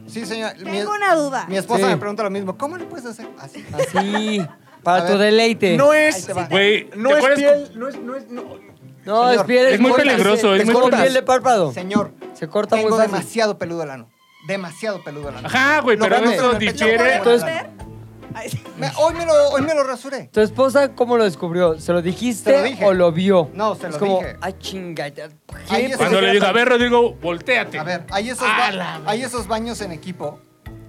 Speaker 5: Sí, señora. Mi,
Speaker 7: Tengo una duda.
Speaker 5: mi esposa
Speaker 1: Sí.
Speaker 5: me pregunta lo mismo. ¿Cómo le puedes hacer? Así.
Speaker 1: Así, para
Speaker 5: A
Speaker 1: tu
Speaker 5: ver.
Speaker 1: deleite.
Speaker 3: No
Speaker 5: Ahí
Speaker 3: es,
Speaker 5: te va.
Speaker 2: Güey,
Speaker 3: no
Speaker 2: ¿te
Speaker 3: es
Speaker 2: acuerdas?
Speaker 3: piel, no es, no es, no.
Speaker 1: No, es
Speaker 5: Señor,
Speaker 1: piel.
Speaker 2: es muy
Speaker 1: corta,
Speaker 2: peligroso,
Speaker 1: se-
Speaker 2: es muy
Speaker 1: corta
Speaker 5: peligroso.
Speaker 1: piel de párpado.
Speaker 5: Señor,
Speaker 1: Se corta muy
Speaker 5: tengo
Speaker 1: fácil.
Speaker 5: demasiado peludo el ano. Demasiado peludo el ano.
Speaker 2: Ajá, güey,
Speaker 5: Lo
Speaker 2: pero
Speaker 5: vemos
Speaker 2: eso
Speaker 5: en el pecho,
Speaker 2: difiere.
Speaker 5: güey.
Speaker 1: Entonces,
Speaker 7: Ay, sí.
Speaker 5: Me- hoy, me lo, hoy me lo rasuré.
Speaker 1: ¿Tu esposa cómo lo descubrió? ¿Se lo dijiste
Speaker 5: Se lo dije.
Speaker 1: o lo vio?
Speaker 5: No, se
Speaker 1: es
Speaker 5: lo
Speaker 1: como,
Speaker 5: dije.
Speaker 1: ah, chinga. ya- Ah,
Speaker 5: Ahí es-
Speaker 2: Cuando le dijo, a ver, Rodrigo, volteate.
Speaker 5: A ver, hay esos,
Speaker 2: Ah,
Speaker 5: ba-
Speaker 2: la-
Speaker 5: hay esos baños en equipo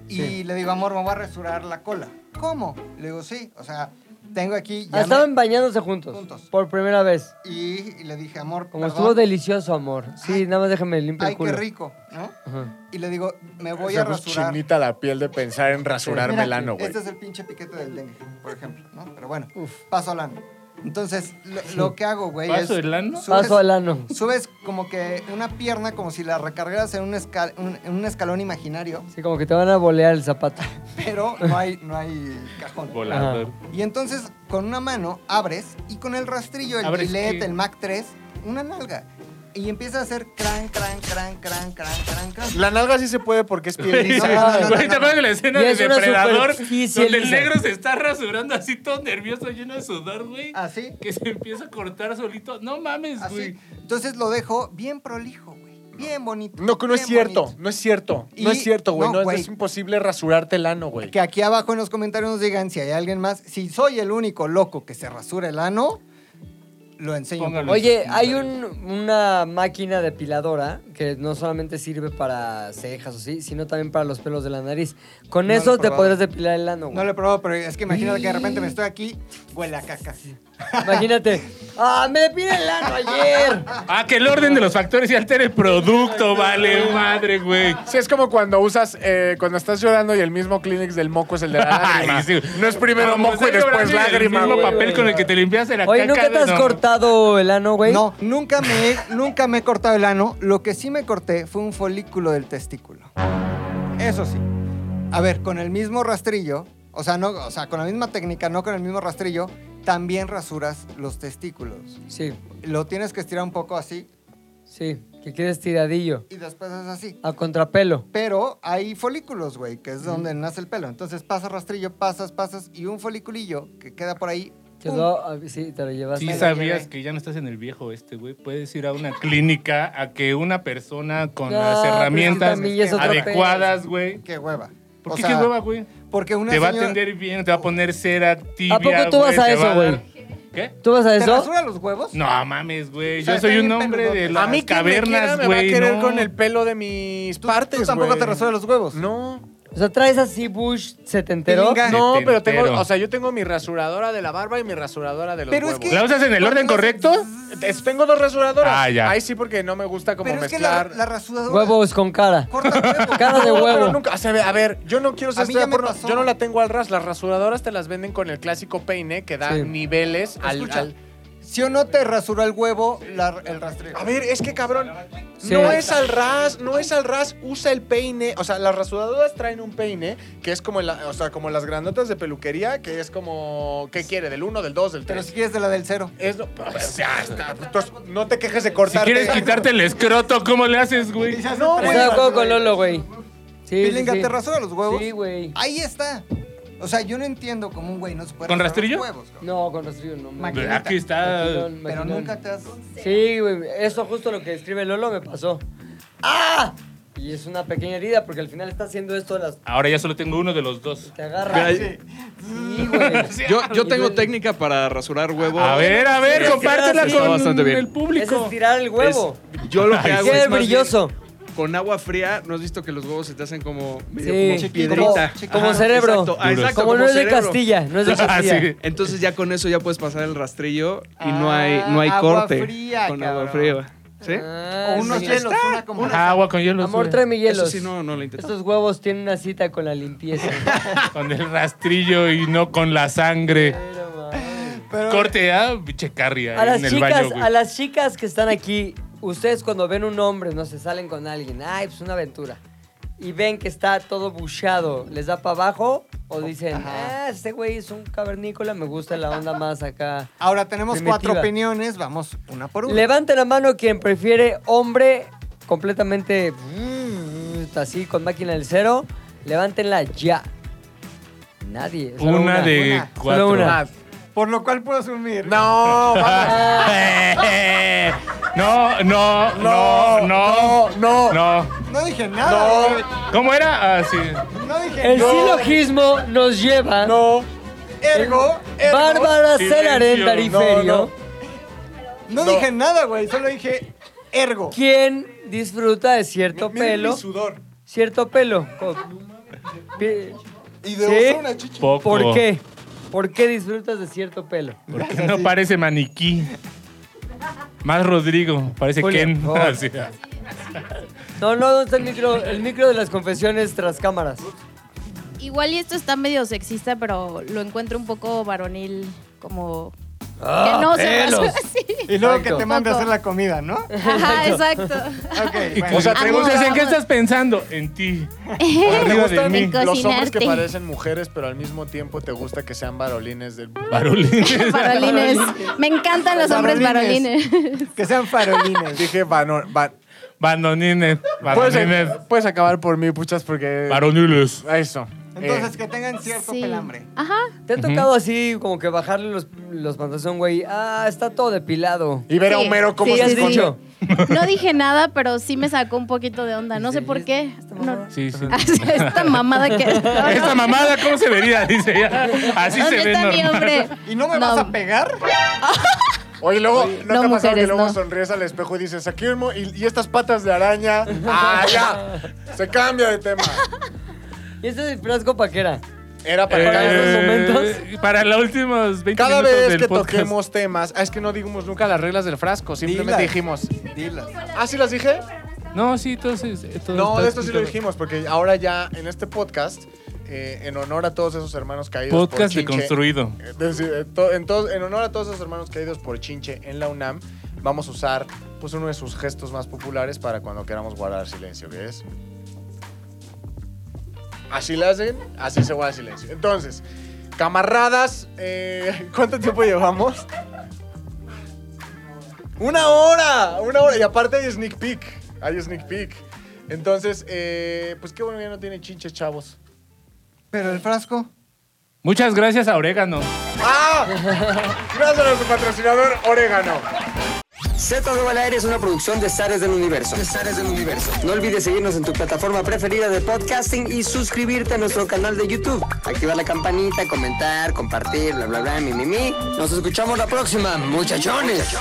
Speaker 5: y le digo, amor, me voy a rasurar la cola. ¿Cómo? Le digo, sí, o sea, tengo aquí...
Speaker 1: Ah,
Speaker 5: ya me-
Speaker 1: estaban bañándose juntos,
Speaker 5: Juntos.
Speaker 1: Por primera vez.
Speaker 5: y, y le dije, amor,
Speaker 1: Como
Speaker 5: perdón,
Speaker 1: estuvo delicioso, amor. Sí,
Speaker 5: Ay.
Speaker 1: nada más déjame limpiar
Speaker 5: ay,
Speaker 1: el culo.
Speaker 5: qué rico, ¿no?
Speaker 1: Ajá.
Speaker 5: Y le digo, me voy
Speaker 3: Se
Speaker 5: a
Speaker 3: me puso
Speaker 5: rasurar.
Speaker 3: chinita la piel de pensar en rasurarme
Speaker 5: Mira,
Speaker 3: el ano, güey.
Speaker 5: Este es el pinche piquete del dengue, por ejemplo, ¿no? Pero bueno, paso al ano. Entonces, lo, lo que hago, güey,
Speaker 2: ¿Paso
Speaker 5: es...
Speaker 2: el ano?
Speaker 5: subes-
Speaker 1: Paso al ano.
Speaker 5: Subes como que una pierna como si la recargaras en un, escal- un- en un escalón imaginario,
Speaker 1: Sí, como que te van a bolear el zapato.
Speaker 5: pero no hay, no hay cajón.
Speaker 2: Volador.
Speaker 5: Y entonces con una mano abres y con el rastrillo, el
Speaker 2: ¿Abres
Speaker 5: Gillette,
Speaker 2: qué?
Speaker 5: el Mac 3, una nalga. Y empieza a hacer cran, cran, cran, cran, cran, cran, cran.
Speaker 3: La nalga sí se puede porque es piel
Speaker 2: Güey,
Speaker 5: no,
Speaker 2: ¿te
Speaker 5: no, no, no, no.
Speaker 2: acuerdas de la escena
Speaker 1: Y
Speaker 2: de
Speaker 1: es una
Speaker 2: Depredador?
Speaker 1: superficie
Speaker 2: Donde el
Speaker 1: lisa.
Speaker 2: negro se está rasurando así todo nervioso, lleno de sudor, güey.
Speaker 5: Así,
Speaker 2: Que se empieza a cortar solito. No mames, güey.
Speaker 5: así. Entonces lo dejo bien prolijo, güey. Bien bonito.
Speaker 3: No, que no es
Speaker 5: bien
Speaker 3: cierto,
Speaker 5: bonito.
Speaker 3: no es cierto.
Speaker 5: Y-
Speaker 3: no es cierto, güey.
Speaker 5: no,
Speaker 3: No, es-
Speaker 5: güey.
Speaker 3: es imposible rasurarte el ano, güey.
Speaker 5: Que aquí abajo en los comentarios nos digan si hay alguien más. Si soy el único loco que se rasura el ano, lo enseño.
Speaker 2: Póngalo.
Speaker 1: Oye, hay un- una máquina depiladora que no solamente sirve para cejas o sí, sino también para los pelos de la nariz. Con
Speaker 5: No lo he
Speaker 1: eso te
Speaker 5: probado.
Speaker 1: podrás depilar el ano, güey.
Speaker 5: No lo he probado, pero es que imagínate que de repente me estoy aquí, huele a caca.
Speaker 1: Imagínate. ¡Ah, me depilé el ano ayer!
Speaker 2: Ah, que el orden de los factores y altera el producto, vale, madre, güey.
Speaker 3: Sí, es como cuando usas, eh, cuando estás llorando y el mismo Kleenex del moco es el de la lágrima.
Speaker 2: Ay, sí.
Speaker 3: No es primero
Speaker 2: Como
Speaker 3: moco y
Speaker 2: Sergio
Speaker 3: después
Speaker 2: Brasil,
Speaker 3: lágrima,
Speaker 2: El mismo
Speaker 3: güey.
Speaker 2: papel con el que te limpiaste la
Speaker 1: Oye,
Speaker 2: caca.
Speaker 1: ¿nunca te has
Speaker 2: no.
Speaker 1: cortado el ano, güey?
Speaker 5: No, nunca me, he, nunca me he cortado el ano. Lo que sí me corté fue un folículo del testículo. Eso sí. A ver, con el mismo rastrillo, o sea, no, o sea, con la misma técnica, no con el mismo rastrillo, también rasuras los testículos.
Speaker 1: Sí,
Speaker 5: Lo tienes que estirar un poco así
Speaker 1: sí. Que quedes tiradillo.
Speaker 5: y después es así.
Speaker 1: A contrapelo.
Speaker 5: Pero hay folículos, güey, que es donde nace el pelo. Entonces pasas rastrillo, pasas, pasas y un foliculillo que queda por ahí. ¡pum!
Speaker 1: Quedó. ah, Sí, te lo llevaste.
Speaker 2: Sí
Speaker 5: Hasta la
Speaker 2: sabías
Speaker 5: llevé.
Speaker 2: que ya no estás en el viejo este, güey. Puedes ir a una clínica a que una persona con
Speaker 1: No,
Speaker 2: las
Speaker 1: pero
Speaker 2: herramientas
Speaker 1: también ya es otro
Speaker 2: adecuadas, güey.
Speaker 5: ¡Qué hueva!
Speaker 2: ¿Por
Speaker 5: O
Speaker 2: qué
Speaker 5: sea,
Speaker 2: qué hueva, güey?
Speaker 5: Porque una
Speaker 2: Te va a
Speaker 5: señora-
Speaker 2: atender bien, te va a poner cera tibia,
Speaker 1: ¿A poco tú vas
Speaker 2: güey,
Speaker 1: a
Speaker 2: te
Speaker 1: eso,
Speaker 2: va dar- ¿Qué?
Speaker 1: ¿Tú vas a
Speaker 5: ¿Te
Speaker 1: eso?
Speaker 5: rasura los huevos?
Speaker 2: No mames, güey.
Speaker 5: O
Speaker 2: Yo
Speaker 5: sea,
Speaker 2: soy
Speaker 5: está
Speaker 2: un
Speaker 5: bien
Speaker 2: hombre
Speaker 5: peludote.
Speaker 2: de
Speaker 3: A
Speaker 2: las
Speaker 3: mí quien me quiera
Speaker 2: cavernas,
Speaker 3: me va a
Speaker 2: güey.
Speaker 3: querer
Speaker 2: no.
Speaker 3: con el pelo de mis
Speaker 5: Tú-
Speaker 3: partes,
Speaker 2: Pues,
Speaker 5: tú tampoco
Speaker 3: güey.
Speaker 5: te rasuras los huevos.
Speaker 3: No.
Speaker 1: O sea, traes así Bush setentero.
Speaker 5: Pilinga.
Speaker 3: No, pero tengo,
Speaker 2: Setentero.
Speaker 3: o sea, yo tengo mi rasuradora de la barba y mi rasuradora de los
Speaker 5: Pero es
Speaker 3: huevos.
Speaker 5: que-
Speaker 2: ¿La usas en el orden correcto?
Speaker 3: Es- tengo dos rasuradoras.
Speaker 2: Ah, ya.
Speaker 3: Ahí sí porque no me gusta como
Speaker 5: Pero es que la,
Speaker 3: mezclar.
Speaker 5: la rasuradora.
Speaker 1: Huevos con cara.
Speaker 5: Corta el huevo.
Speaker 1: Cara de
Speaker 3: No,
Speaker 1: huevo.
Speaker 3: pero nunca- o sea, a ver, yo no quiero ser
Speaker 5: A mí
Speaker 3: estrella
Speaker 5: ya me
Speaker 3: porno,
Speaker 5: pasó.
Speaker 3: Yo no la tengo al ras. Las rasuradoras te las venden con el clásico peine que da
Speaker 1: Sí.
Speaker 3: niveles al,
Speaker 5: Escucha.
Speaker 3: al-
Speaker 5: Si o no te rasuró el huevo, la- el rastreo.
Speaker 3: A ver, es que cabrón.
Speaker 1: Sí.
Speaker 3: No es al ras, no es al ras, usa el peine. O sea, las rasuradoras traen un peine que es como, la- o sea, como las granotas de peluquería, que es como. ¿Qué quiere? ¿Del 1, del 2, del
Speaker 5: Pero si
Speaker 3: 3?
Speaker 5: quieres de la del cero.
Speaker 3: Es lo- o sea, está- entonces, no te quejes de
Speaker 2: Si
Speaker 3: cortarte.
Speaker 2: quieres quitarte el escroto, ¿cómo le haces, güey?
Speaker 3: No,
Speaker 1: Estoy de acuerdo con Lolo, güey. Sí, sí,
Speaker 5: Pilinga,
Speaker 1: sí.
Speaker 5: ¿te rasura los huevos?
Speaker 1: Sí, güey.
Speaker 5: Ahí está. O sea, yo no entiendo cómo un güey no se puede
Speaker 2: ¿Con
Speaker 5: rasurar
Speaker 2: rastrillo?
Speaker 5: los huevos. cabrón.
Speaker 1: No, con rastrillo no. me-
Speaker 5: Maquinita.
Speaker 2: Aquí está.
Speaker 1: Maquinón,
Speaker 5: Pero
Speaker 1: maquinón.
Speaker 5: nunca te has.
Speaker 1: Sí, güey. Eso justo lo que escribe Lolo me pasó. ¡Ah! Y es una pequeña herida porque al final está haciendo esto de las...
Speaker 2: Ahora ya solo tengo uno de los dos.
Speaker 1: Te agarra.
Speaker 3: Sí.
Speaker 1: Sí, güey.
Speaker 7: Yo, yo tengo técnica para rasurar huevo.
Speaker 2: A ver, a
Speaker 1: Sí,
Speaker 2: ver,
Speaker 1: sí,
Speaker 2: compártela
Speaker 1: sí.
Speaker 2: con
Speaker 7: Está bastante bien.
Speaker 2: el
Speaker 1: Es
Speaker 2: público.
Speaker 1: estirar el huevo.
Speaker 7: Es- yo lo que
Speaker 2: Ay,
Speaker 7: hago
Speaker 1: Queda
Speaker 7: es más
Speaker 1: brilloso.
Speaker 7: bien, con agua fría, ¿no has visto que los huevos se te hacen como medio
Speaker 1: Sí,
Speaker 7: como
Speaker 1: chiquito,
Speaker 7: piedrita?
Speaker 1: como- como cerebro.
Speaker 7: Exacto, ah,
Speaker 2: Duros.
Speaker 7: exacto,
Speaker 1: Como no es de
Speaker 7: cerebro.
Speaker 1: Castilla, no es de
Speaker 2: Ah,
Speaker 1: Castilla.
Speaker 2: sí.
Speaker 7: Entonces ya con eso ya puedes pasar el rastrillo y no
Speaker 5: Ah,
Speaker 7: hay no hay
Speaker 5: agua
Speaker 7: corte
Speaker 5: fría,
Speaker 7: con agua
Speaker 5: cabrón.
Speaker 7: fría, ¿sí?
Speaker 1: Ah,
Speaker 5: O unos
Speaker 1: sí.
Speaker 5: hielos, una como...
Speaker 2: Agua con hielo.
Speaker 1: Amor,
Speaker 2: sí.
Speaker 1: tráeme hielos.
Speaker 7: Eso sí no no lo intento.
Speaker 1: Estos huevos tienen una cita con la limpieza.
Speaker 2: Con el rastrillo y no con la sangre.
Speaker 1: Pero, madre.
Speaker 5: Pero-
Speaker 2: Corte a pinche carria
Speaker 1: a las
Speaker 2: en el
Speaker 1: chicas,
Speaker 2: baño, güey.
Speaker 1: a las chicas que están aquí, ustedes cuando ven un hombre, no se salen con alguien, ay, pues una aventura. Y ven que está todo buchado, ¿les da para abajo? O dicen, ah, este güey es un cavernícola, me gusta la onda más acá.
Speaker 5: Ahora tenemos cuatro
Speaker 1: Primitiva.
Speaker 5: opiniones, vamos una por una.
Speaker 1: Levante la mano quien prefiere hombre completamente mm, así con máquina del cero. Levántenla ya. Nadie. solo
Speaker 2: Una, de
Speaker 5: una.
Speaker 2: cuatro.
Speaker 1: Solo una.
Speaker 5: Por lo cual puedo asumir.
Speaker 3: No, vamos.
Speaker 2: Ah. No, no, no, no,
Speaker 3: no,
Speaker 2: no.
Speaker 5: No dije nada. güey.
Speaker 2: ¿Cómo era? Ah, sí.
Speaker 5: No, dije
Speaker 1: El
Speaker 5: no.
Speaker 1: silogismo nos lleva.
Speaker 5: No. Ergo. ergo.
Speaker 1: Bárbara
Speaker 2: Silencio.
Speaker 1: Celarén
Speaker 2: No,
Speaker 1: Tariferio,
Speaker 3: no.
Speaker 5: No, dije nada, güey. Solo dije ergo.
Speaker 1: quien disfruta de cierto
Speaker 3: Mi- miren
Speaker 1: pelo.
Speaker 3: mi sudor.
Speaker 1: Cierto pelo. Co- Pi-
Speaker 3: Y de
Speaker 1: ¿Sí?
Speaker 3: oso una chichi.
Speaker 2: Poco.
Speaker 1: ¿Por qué? ¿Por qué disfrutas de cierto pelo?
Speaker 2: Porque no parece maniquí. Más Rodrigo, parece
Speaker 1: Julio, Oh.
Speaker 2: Ken. Ah,
Speaker 1: por favor.
Speaker 2: Así.
Speaker 1: No, no, ¿dónde está el micro? El micro de las confesiones tras cámaras.
Speaker 6: Igual y esto está medio sexista, pero lo encuentro un poco varonil, como...
Speaker 1: Ah,
Speaker 6: que no
Speaker 1: pelos.
Speaker 6: se rasura así.
Speaker 5: Y luego
Speaker 1: Exacto.
Speaker 5: que te mande a hacer la comida, ¿no?
Speaker 6: Ajá, exacto.
Speaker 5: Ok,
Speaker 2: Y
Speaker 5: bueno.
Speaker 2: o sea, preguntas,
Speaker 6: Amor.
Speaker 2: ¿en qué estás pensando? En ti.
Speaker 3: ¿Te
Speaker 2: Arriba de
Speaker 3: gustan
Speaker 2: mí.
Speaker 3: los hombres que
Speaker 6: Cocinarte.
Speaker 3: parecen mujeres, pero al mismo tiempo te gusta que sean varolines del...
Speaker 2: Varolines.
Speaker 6: Varolines. Me encantan los hombres
Speaker 5: Varolines.
Speaker 6: varolines.
Speaker 5: que sean farolines.
Speaker 3: Dije vano- va-
Speaker 2: Bandonines. Bandonines.
Speaker 3: Puedes, puedes acabar por mí, puchas, porque...
Speaker 2: Varoniles.
Speaker 3: Eso.
Speaker 5: Entonces,
Speaker 3: Eh,
Speaker 5: que tengan cierto
Speaker 6: Sí.
Speaker 5: pelambre.
Speaker 6: Ajá.
Speaker 1: ¿Te ha tocado así como que bajarle los, los pantalones, a un güey? Ah, está todo depilado.
Speaker 3: y ver a
Speaker 6: Sí,
Speaker 3: Homero cómo
Speaker 6: sí,
Speaker 1: ¿Qué
Speaker 3: se
Speaker 1: has
Speaker 6: sí, sí.
Speaker 3: esconde.
Speaker 1: dicho?
Speaker 6: No dije nada, pero sí me sacó un poquito de onda. No sé por qué. No.
Speaker 2: Sí, sí.
Speaker 6: Ah. Esta mamada que.
Speaker 2: Esta mamada, ¿cómo se vería? Dice ella. Así se
Speaker 6: ¿Dónde
Speaker 2: ve
Speaker 6: está mi hombre?
Speaker 2: normal.
Speaker 5: ¿Y no me vas a pegar?
Speaker 3: Oye, luego, ¿no,
Speaker 6: no,
Speaker 3: te ha pasado que
Speaker 6: mujeres,
Speaker 3: luego
Speaker 6: no.
Speaker 3: sonríes al espejo y dices, aquí el mo- y, y estas patas de araña? ¡Ah, ya! Se cambia de tema.
Speaker 1: ¿Y este es el frasco paquera?
Speaker 3: Era para...
Speaker 1: Para
Speaker 3: cada-
Speaker 1: esos momentos.
Speaker 2: Eh, para los últimos 20
Speaker 3: Cada
Speaker 2: minutos
Speaker 3: vez
Speaker 2: del
Speaker 3: que
Speaker 2: podcast.
Speaker 3: toquemos temas, ah, es que no dijimos nunca las reglas del frasco, simplemente
Speaker 5: Dilas.
Speaker 3: dijimos.
Speaker 5: Dilas.
Speaker 3: ¿Ah, sí las dije?
Speaker 2: No, sí, entonces. eh, entonces-
Speaker 3: No, de esto sí lo
Speaker 2: entonces-
Speaker 3: dijimos, porque ahora ya en este podcast, eh, en honor a todos esos hermanos caídos
Speaker 2: Podcast
Speaker 3: por Chinche,
Speaker 2: deconstruido.
Speaker 3: eh, es decir, eh, to- en, todos- en honor a todos esos hermanos caídos por Chinche en la UNAM, vamos a usar pues uno de sus gestos más populares para cuando queramos guardar silencio, que es... Así le hacen, así se guarda silencio. Entonces, camarradas, eh, ¿cuánto tiempo llevamos? Una hora, una hora. Y aparte hay sneak peek. Hay sneak peek. Entonces, eh, pues qué bueno que ya no tiene chinches, chavos.
Speaker 5: Pero el frasco.
Speaker 2: Muchas gracias a Orégano.
Speaker 3: ¡Ah! Gracias a nuestro patrocinador Orégano.
Speaker 8: Z2 al aire es una producción de Zares del Universo. De Zares del Universo. No olvides seguirnos en tu plataforma preferida de podcasting y suscribirte a nuestro canal de YouTube. Activar la campanita, comentar, compartir, bla, bla, bla, mi, mi, mi. Nos escuchamos la próxima, muchachones.